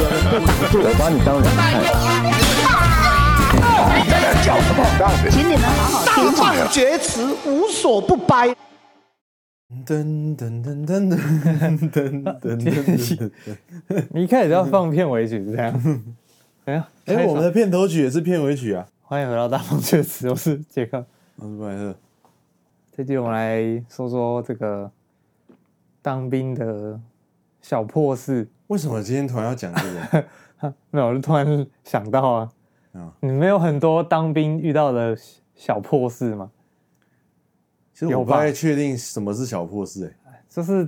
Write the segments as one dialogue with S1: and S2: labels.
S1: 我把你当人看。
S2: 请你们好好听话。
S3: 厥词无所不掰。
S4: 噔噔噔噔噔噔噔噔 噔。
S5: 你一开始要放片尾曲是这样。 哎呀，
S4: 嗯哎，我们的
S5: 开场
S4: 片头曲也是片尾曲啊。
S5: 欢迎回到大风确实，我哦是杰克。
S4: 我是布莱特。
S5: 这集我们来说说这个当兵的小破事。
S4: 为什么今天突然要讲这个？
S5: 没有，我就突然想到啊，
S4: 嗯
S5: 你们有很多当兵遇到的小破事吗？
S4: 其实我
S5: 有
S4: 不
S5: 吧
S4: 太确定什么是小破事、哎，
S5: 就是，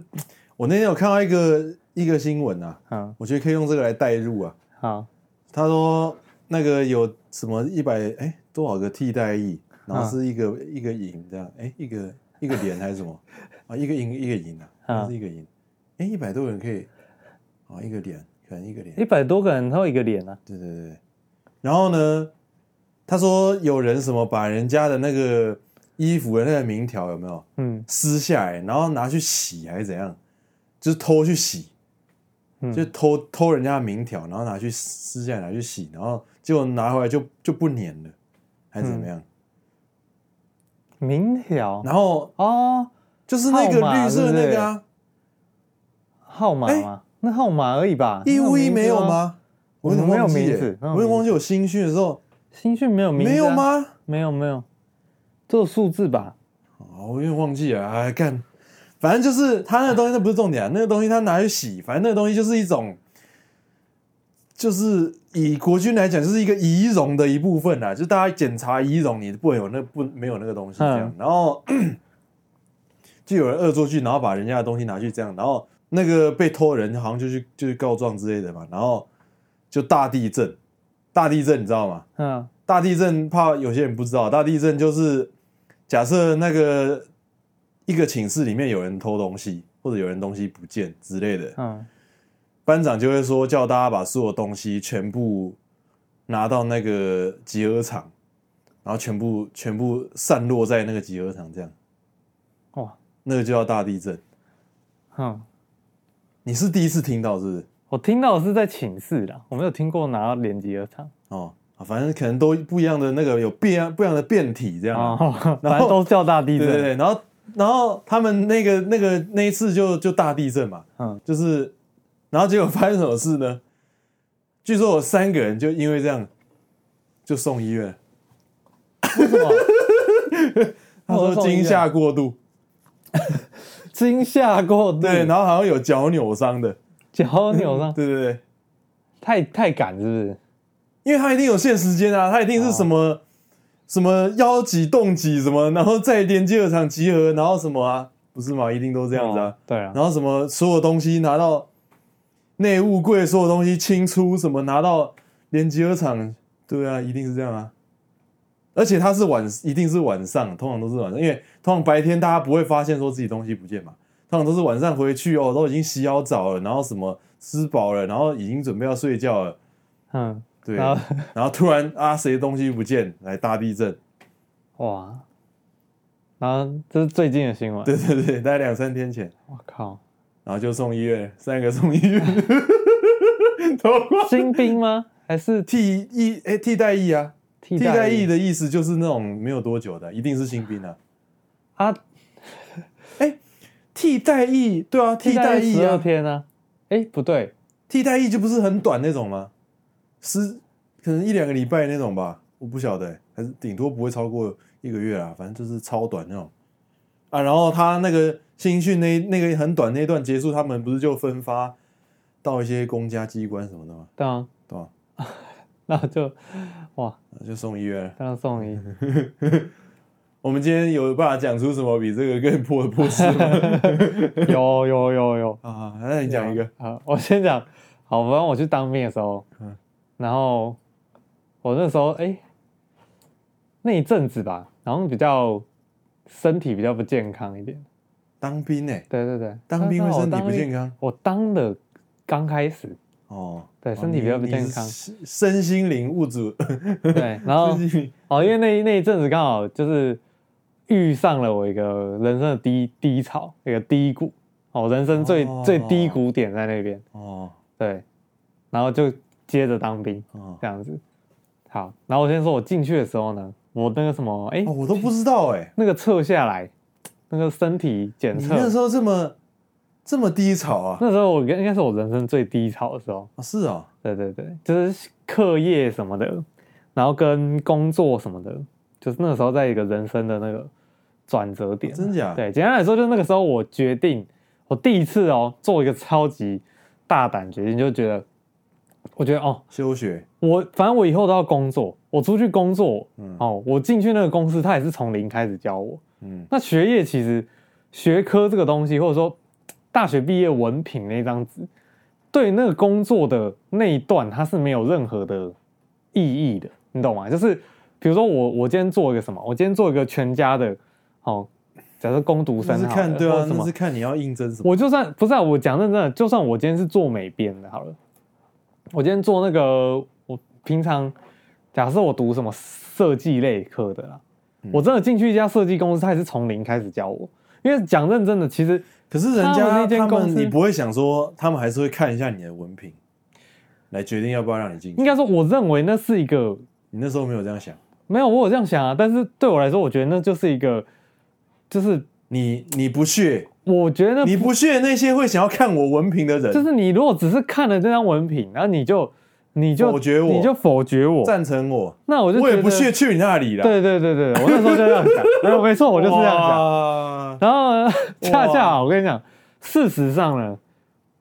S4: 我那天有看到一个一个新闻啊，
S5: 嗯，
S4: 我觉得可以用这个来代入啊。
S5: 好，
S4: 他说那个有什么一百哎多少个替代役，然后
S5: 嗯
S4: 是一个、一个营这样，哎一个一个连还是什么 啊？一个营一个营啊，
S5: 嗯
S4: 好像是一个营，哎一百多个人可以啊一个连，可能一个连，
S5: 一百多个人，他有一个脸啊，
S4: 对对对。对然后呢，他说有人什么把人家的那个衣服的那个名条有没有
S5: 嗯
S4: 撕下来，然后拿去洗还是怎样？就是偷去洗，
S5: 嗯，
S4: 就偷偷人家的名条，然后拿去撕下来拿去洗，然后结果拿回来就就不粘了，还是怎么样？
S5: 嗯明条
S4: 然后
S5: 哦，
S4: 就是那
S5: 号
S4: 个
S5: 码
S4: 绿色的那个啊，
S5: 号码吗？那号码而已吧，
S4: 哎义务役没有
S5: 那名字？
S4: 吗？
S5: 我
S4: 有
S5: 们
S4: 点忘记
S5: 没有名
S4: 耶
S5: 字没有
S4: 我有点忘
S5: 名
S4: 记我新训的时候
S5: 新训没有名字啊
S4: 没有？吗？
S5: 没有没有，只有数字吧？
S4: 哦，我有点忘记了，哎，干，反正就是他那个东西，那不是重点、啊，那个东西他拿去洗，反正那个东西就是一种，就是以国军来讲，就是一个仪容的一部分啊，就大家检查仪容，你不能有那不没有那个东西这样，
S5: 嗯
S4: 然后就有人恶作剧，然后把人家的东西拿去这样，然后那个被偷的人好像就去就去告状之类的嘛，然后就大地震，大地震你知道吗？
S5: 嗯，
S4: 大地震，怕有些人不知道，大地震就是假设那个一个寝室里面有人偷东西，或者有人东西不见之类的，
S5: 嗯，
S4: 班长就会说叫大家把所有东西全部拿到那个集合场，然后全部全部散落在那个集合场，这样
S5: 哇，
S4: 那个就叫大地震。
S5: 嗯，
S4: 你是第一次听到是不是？
S5: 我听到的是在寝室啦，我没有听过拿到连集合场
S4: 哦，啊反正可能都不一样的那个有变不一样的变体这样啊、
S5: 哦，反正都叫大地
S4: 对
S5: 震，
S4: 对对，然后然后他们那个那个那一次就就大地震嘛，
S5: 嗯
S4: 就是，然后结果发生什么事呢？据说有三个人就因为这样就送医院了， 他说惊吓过度，
S5: 惊吓过度，
S4: 对，然后好像有脚扭伤的，
S5: 脚扭伤，
S4: 对对对，
S5: 太太赶是不是？
S4: 因为他一定有限时间啊，他一
S5: 哦
S4: 定是什么、什么腰脊、动脊什么，然后再连接二场集合，然后什么啊，不是吗？一定都这
S5: 这
S4: 样子啊，
S5: 对啊，
S4: 然后什么所有东西拿到内务柜，所有东西清出，什么拿到连集合场，对啊，一定是这样啊。而且它是晚，一定是晚上，通常都是晚上，因为通常白天大家不会发现说自己东西不见嘛，通常都是晚上回去哦，都已经洗好澡了，然后什么吃饱了，然后已经准备要睡觉了，
S5: 嗯，
S4: 对，
S5: 然
S4: 然后
S5: 后
S4: 突然啊谁东西不见，来大地震，
S5: 哇，然后这是最近的新闻，
S4: 对对对，大概两三天前，
S5: 我靠，
S4: 然后就送医院，三个送医院， 头光
S5: 新兵吗？ 还是
S4: 替役哎、替代役啊，
S5: 替
S4: 替代役
S5: 役
S4: 的意思就是那种没有多久的，一定是新兵啊。
S5: 啊？
S4: 替代役对啊，替代役
S5: 十二
S4: 啊，
S5: 天啊？哎，不对，
S4: 替代役就不是很短那种吗？是可能一两个礼拜那种吧，我不晓得欸、还是顶多不会超过一个月啊，反正就是超短那种啊。然后他那个新训那那个很短那段结束，他们不是就分发到一些公家机关什么的吗？
S5: 对啊，
S4: 对吧、
S5: 那就哇，
S4: 就送医院了。
S5: 当然送医。
S4: 我们今天有办法讲出什么比这个更破的破事吗？
S5: 有有有有，
S4: 啊，那你讲一个。
S5: 啊！我先讲，好，反正我去当兵的时候，
S4: 嗯
S5: 然后我那时候哎、那一阵子吧，然后比较身体比较不健康一点。
S4: 当兵欸呢、
S5: 对对对，
S4: 当兵会
S5: 但是我
S4: 身体
S5: 当
S4: 不健康
S5: 我当的刚开始，
S4: 哦。
S5: 对
S4: 哦
S5: 身体比较不健康，
S4: 你你是身心灵物 质，哦
S5: 对，然后
S4: 身心灵
S5: 哦，因为那那一阵子刚好就是遇上了我一个人生的低低潮，一个低谷，哦，人生最、
S4: 哦
S5: 最低谷点在那边。
S4: 哦，
S5: 对，然后就接着当兵
S4: 哦
S5: 这样子。好，然后我先说，我进去的时候呢，我那个什么，哎
S4: 哦，，我都不知道哎、
S5: 那个测下来，那个身体检
S4: 你
S5: 测，
S4: 那时候这么这么低潮啊？
S5: 那时候我应该是我人生最低潮的时候。
S4: 啊是啊，
S5: 对对对，就是课业什么的，然后跟工作什么的，就是那个时候在一个人生的那个转折点、
S4: 哦
S5: 啊
S4: 真假
S5: 对，简单来说，就是那个时候我决定，我第一次哦做一个超级大胆决定，就觉得，我觉得哦，
S4: 休学，
S5: 我反正我以后都要工作，我出去工作，
S4: 嗯
S5: 哦，我进去那个公司，他也是从零开始教我。
S4: 嗯，
S5: 那学业其实学科这个东西，或者说大学毕业文凭那张纸，对那个工作的那一段，它是没有任何的意义的，你懂吗？就是比如说我我今天做一个什么，我今天做一个全家的，哦，假设攻读
S4: 那
S5: 生
S4: 是
S5: 好
S4: 看
S5: 了
S4: 对
S5: 或
S4: 啊
S5: 者，什
S4: 那
S5: 么
S4: 是，看你要应征什么。
S5: 我就算不是、啊、我讲认真的，就算我今天是做美编的，好了，我今天做那个，我平常假设我读什么设计类科的啦，
S4: 嗯
S5: 我真的进去一家设计公司，他也是从零开始教我。因为讲认真的，其实
S4: 可是人
S5: 他们
S4: 家
S5: 啊那间
S4: 他
S5: 公
S4: 们，
S5: 司
S4: 你不会想说，他们还是会看一下你的文凭，来决定要不要让你进去
S5: 应。该说，我认为那是一个
S4: 你那时候没有这样想，
S5: 没有我有这样想啊，但是对我来说，我觉得那就是一个，就是
S4: 你你不屑，
S5: 我觉得那
S4: 你不屑那些会想要看我文凭的
S5: 就
S4: 人，
S5: 是你如果只是看了这张文凭，然后你就你就
S4: 否决我
S5: 你就否决我，
S4: 赞成我，
S5: 那我就
S4: 我也
S5: 觉
S4: 不
S5: 得
S4: 屑去你那里了。
S5: 对对对对，我那时候就这样想，没没错，我就是这样想。
S4: 想。
S5: 然后呢恰恰好我跟你讲，事实上呢，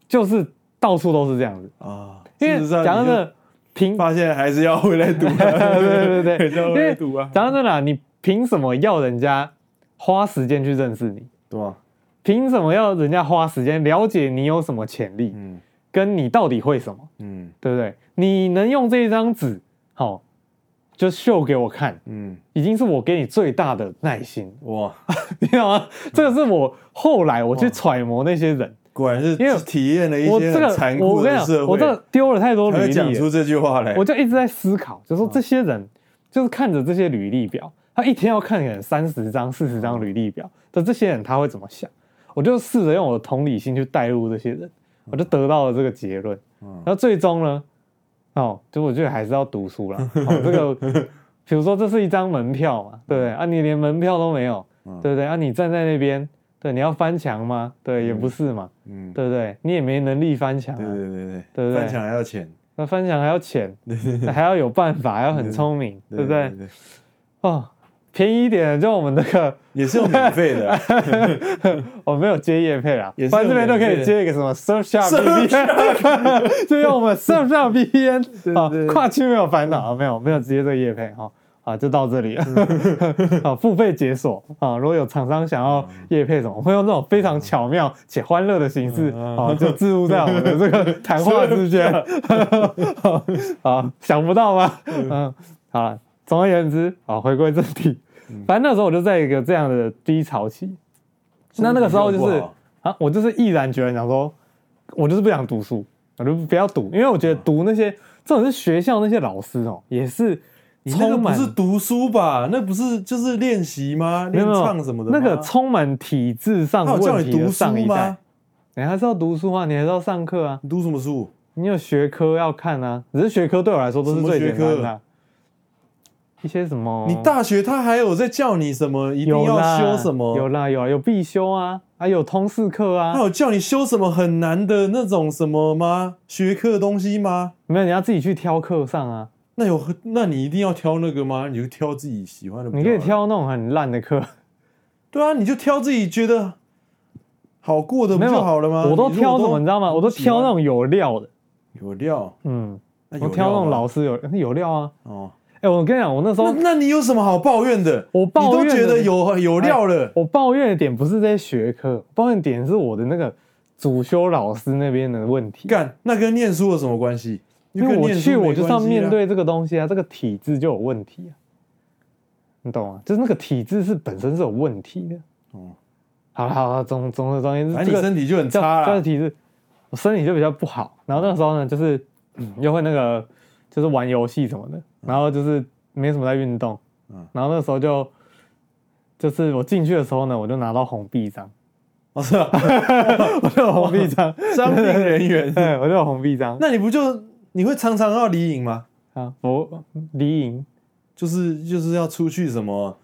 S5: 就是到处都是这样子。
S4: 啊，
S5: 因为
S4: 事实上
S5: 讲真
S4: 你就
S5: 的，凭
S4: 发现还是要回来读、
S5: 对对对对
S4: 还是要
S5: 因
S4: 回来
S5: 为
S4: 读啊，
S5: 讲真的啊，你凭什么要人家花时间去认识你？
S4: 对啊吧？
S5: 凭什么要人家花时间了解你有什么潜力，
S4: 嗯
S5: 跟你到底会什么，
S4: 嗯
S5: 对不对？你能用这一张纸，好、就秀给我看，
S4: 嗯，
S5: 已经是我给你最大的耐心。
S4: 哇，
S5: 你知道吗？啊
S4: 嗯
S5: 这个是我后来我去揣摩那些人，
S4: 果然是
S5: 因为
S4: 体验了一
S5: 我
S4: 些
S5: 这个
S4: 很残
S5: 我
S4: 酷
S5: 跟
S4: 的
S5: 你
S4: 社
S5: 讲，
S4: 会，
S5: 我这个丢了太多
S4: 才
S5: 履
S4: 会
S5: 历
S4: 讲出
S5: 了，
S4: 这句话来。
S5: 我就一直在思考，就说
S4: 嗯
S5: 这些人就是看着这些履历表，他一天要看可能三十张、四十
S4: 嗯
S5: 张履历表的这些人，他会怎么想？我就试着用我的同理心去带入这些人，
S4: 嗯
S5: 我就得到了这个结论。然后最终呢，哦，就我觉得还是要读书啦。 哦、这个，比如说这是一张门票
S4: 嗯
S5: 嘛，对不对？啊，你连门票都没有，对不对？啊，你站在那边，对，你要翻墙吗？对，也不是嘛，
S4: 嗯，
S5: 对不对？你也没能力翻墙、啊，
S4: 对对对
S5: 对不对
S4: 翻墙还要钱，
S5: 那翻墙还要浅，还要有办法，还要很聪明，对不对？
S4: 对，
S5: 哦，便宜一点的就我们那个，
S4: 也是有免费 的啊，
S5: 我没有接业配啦
S4: 也，是
S5: 反正这边都可
S4: 有免费
S5: 以
S4: 的
S5: 接一个什么 Surfshark VPN，就 用我们 Surfshark VPN
S4: 对
S5: 啊，跨区没有烦恼啊，没有没有接这个业配哈。啊，就到这里了。 啊，付费解锁啊！如果有厂商想要业配什么，我会用这种非常巧妙且欢乐的形式啊，就置入在我们的这个谈话之间。啊，想不到吗？嗯，好了，总而言之，啊，回归正题，
S4: 嗯
S5: 反正那时候我就在一个这样的低潮期。那那个时候就
S4: 心情
S5: 是
S4: 又不好
S5: 啊，我就是毅然决然想说，我就是不想读书，我就不要读，因为我觉得
S4: 嗯
S5: 读那些，这种是学校那些老师哦，也是
S4: 你那个不
S5: 充满
S4: 是读书吧？那不是就是练习吗？
S5: 没
S4: 练
S5: 有没有
S4: 唱什么的吗？
S5: 那个充满体制上
S4: 他有叫
S5: 问
S4: 你
S5: 题的
S4: 读书
S5: 上一代
S4: 吗，？
S5: 你还是要读书啊，你还是要上课啊，
S4: 你读什么书？
S5: 你有学科要看啊，只是学科对我来说都是
S4: 什么
S5: 最
S4: 学
S5: 简单
S4: 科
S5: 的啊、一些什么
S4: 你大学他还有在叫你什么？一定
S5: 哦有啦
S4: 要修什么？
S5: 有啦有啦有必修啊，啊有通识课啊
S4: 他，有叫你修什么很难的那种什么吗？学科的东西吗？
S5: 没有你要自己去挑课上啊，
S4: 那有，那你一定要挑那个吗？你就挑自己喜欢的。
S5: 你可以。挑那种很烂的课，
S4: 对啊，你就挑自己觉得好过的不
S5: 没有
S4: 就好了吗？
S5: 我都
S4: 你如果
S5: 挑什么你知道吗？我都挑那种有料的，
S4: 有料，
S5: 嗯，
S4: 那有
S5: 我挑那种
S4: 料吗
S5: 老师有有料啊。
S4: 哦。
S5: 哎，我跟你讲，我那时
S4: 那
S5: 候
S4: 那你有什么好抱怨的？
S5: 我抱怨
S4: 你
S5: 的哎
S4: 都觉得有有料了。
S5: 我抱怨的点不是这些学科，抱怨的点是我的那个主修老师那边的问题。
S4: 干，那跟念书有什么关系？
S5: 因为
S4: 跟
S5: 我
S4: 念书
S5: 去，
S4: 没
S5: 我就是要
S4: 关系啊
S5: 面。对这个东西啊，这个体制就有问题啊，你懂吗？就是那个体制是本身是有问题的。
S4: 哦
S5: 好了好了，总总的总而言之，
S4: 反
S5: 这
S4: 正你
S5: 个
S4: 身体就很
S5: 这
S4: 差
S5: 这个
S4: 了。
S5: 体制，我身体就比较不好。然后那个时候呢，就是、嗯又会那个就是玩游戏什么的，然后就是没什么在运动。
S4: 嗯
S5: 然后那时候就就是我进去的时候呢，我就拿到红臂章，
S4: 哦，是啊，
S5: 我就有红臂章，
S4: 伤病人员。
S5: 对，我就有红臂章。
S4: 那你不就你会常常要离营吗？
S5: 啊，我离营
S4: 就是就是要出去什么，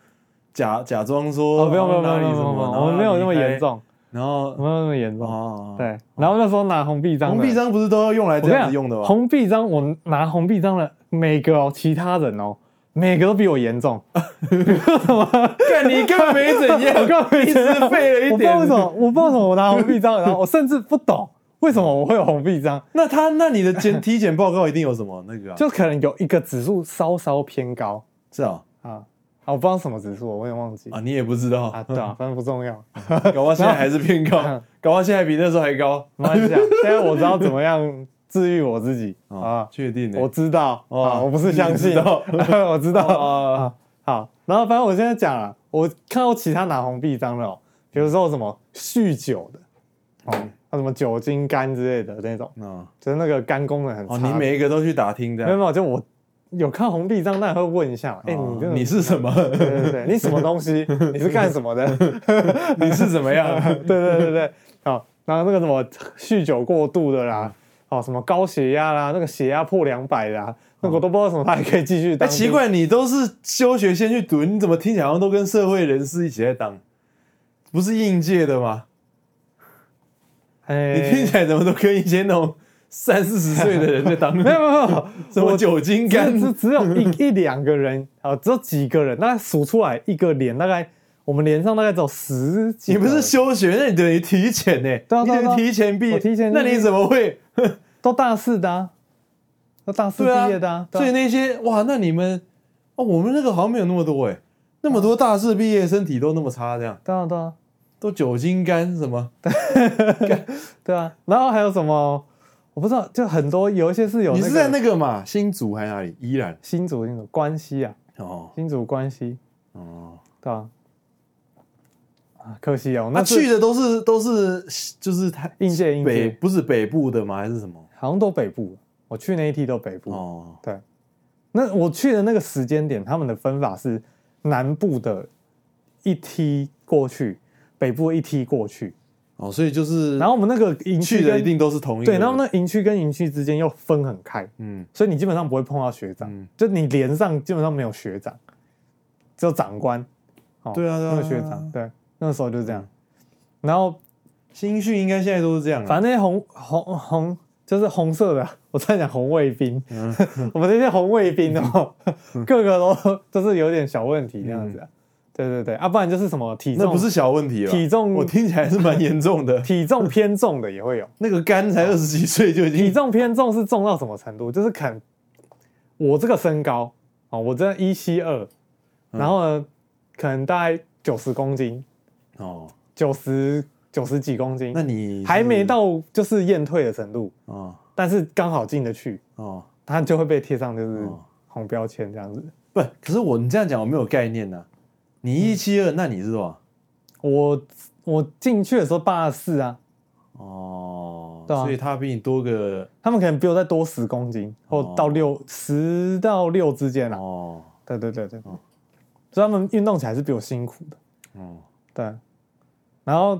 S4: 假假装说
S5: 哦，不用不用不
S4: 哪
S5: 用
S4: 里
S5: 不
S4: 什
S5: 用，
S4: 么，
S5: 我们没有那么严，重，
S4: 然后
S5: 我们没有那么严重。
S4: 哦，
S5: 对，然后那时候拿红臂章的，
S4: 红臂章不是都要用来
S5: 我
S4: 这
S5: 跟
S4: 样
S5: 你
S4: 子用的
S5: 讲，
S4: 吗？
S5: 红臂章我拿红臂章的每个哦，其他人哦，每个都比我严重，
S4: 干你根本没怎样，
S5: 我告诉你，
S4: 一 直废了一
S5: 我不知道为
S4: 点
S5: 什。么，我不知道为什么我拿红臂章，然后我甚至不懂为什么我会有红臂章，
S4: 那他那你的检 体检报告一定有什么那个啊？
S5: 就可能有一个指数稍稍偏高
S4: 是啊
S5: 啊，啊，我不知道什么指数，我也忘记
S4: 啊，你也不知道
S5: 啊，对啊，反正不重要，
S4: 搞不好现在还是偏 高，搞不好现在比那时候还高
S5: 没关 系啊，现在我知道怎么样治愈我自己啊
S4: 啊，，确定的。
S5: 我知道啊，我不是相信，
S4: 哦你知道
S5: 我知道
S4: 哦
S5: 啊。好，然后反正我现在讲了，我看到其他拿红臂章的哦，比如说什么酗酒的，哦，
S4: 嗯
S5: 还有什么酒精肝之类的那种，
S4: 啊
S5: 就是那个肝功能很差
S4: 哦，
S5: 的。
S4: 你每一个都去打听
S5: 没有
S4: 的。
S5: 没有，就我有看红臂章，那会问一下，哎，你这
S4: 哦你是什么？
S5: 对对 对，你什么东西？你是干什么的？
S4: 你是怎么样？
S5: 对对对对，好，然后那个什么酗酒过度的啦，
S4: 嗯
S5: 哦，什么高血压啦，那个血压破两百啦，那个我都不知道为什么，他还可以继续
S4: 哎，
S5: 当。
S4: 奇，怪，你都是休学先去读，你怎么听起来好像都跟社会人士一起在当？不是应届的吗？
S5: 哎，
S4: 你听起来怎么都跟一些那种三四十岁的人在 当？
S5: 没有没有没有，
S4: 什么酒精肝
S5: 只？只只有一一两个人，啊，只有几个人，大概数出来一个连，大概我们连上大概只有十几
S4: 你
S5: 个
S4: 不
S5: 人。
S4: 是休学，那你等于提前呢、
S5: 对啊
S4: 你
S5: 对
S4: 等
S5: 啊
S4: 于
S5: 对啊
S4: 提前毕业，
S5: 我提前
S4: 那你怎么会？
S5: 都大四的啊，都大四
S4: 对啊，
S5: 毕业的啊，对啊
S4: 所以那些哇，那你们哦，我们那个好像没有那么多哎、那么多大四毕业身体都那么差，这样
S5: 对啊对啊
S4: 都酒精肝什么？
S5: 对啊，然后还有什么？我不知道，就很多有一些是有
S4: 你是在
S5: 个
S4: 那个嘛新竹还是哪里？依然
S5: 新组那种关系啊，
S4: 哦
S5: 新组关系，
S4: 哦，
S5: 对啊，啊，可惜哦，
S4: 那
S5: 是
S4: 去的都是都是就是台
S5: 应届应
S4: 北
S5: 届，
S4: 不是北部的吗？还是什么？
S5: 好像都北部，我去那一梯都北部。
S4: 哦
S5: 对，那我去的那个时间点，他们的分法是南部的一梯过去，北部一梯过去，
S4: 哦，所以就是
S5: 然后我们那个营区
S4: 去的
S5: 跟
S4: 一定都是同一个
S5: 对，
S4: 人
S5: 然后那营区跟营区之间又分很开，
S4: 嗯
S5: 所以你基本上不会碰到学长，
S4: 嗯
S5: 就你连上基本上没有学长，只有长官。哦
S4: 对啊对啊嗯
S5: 没有学长，对，那时候就这样。然后
S4: 新训应该现在都是这样啊，
S5: 反正那些红红红就是红色的，啊 我在讲红卫兵，
S4: 嗯
S5: 我们这些红卫兵哦，个个都就是有点小问题这样子、啊。对对对，啊，不然就是什么体
S4: 嗯
S5: 重
S4: 那不是小问题了，
S5: 体重。
S4: 我听起来是蛮严重的
S5: 体重偏重的也会有，
S4: 那个肝才二十几岁就已
S5: 体
S4: 经
S5: 重偏重是重到什么程度？就是肯我这个身高哦，我这一七二，然后呢，可能大概九十公斤，
S4: 哦，
S5: 九十九十几公斤
S4: 那，你是
S5: 还没到就是验退的程度，
S4: 哦
S5: 但是刚好进得去，
S4: 哦，
S5: 它就会被贴上就是
S4: 哦
S5: 红标签这样子。
S4: 不，可是我你这样讲我没有概念呐、你一七
S5: 嗯
S4: 二，那你是多少？
S5: 我我进去的时候八十四啊，
S4: 哦，
S5: 对啊
S4: 所以他比你多个
S5: 他们可能比我再多十公斤，
S4: 哦
S5: 或到六十到六之间啊。
S4: 哦
S5: 对对对对，对所以他们运动起来是比我辛苦的。
S4: 哦。
S5: 对，然后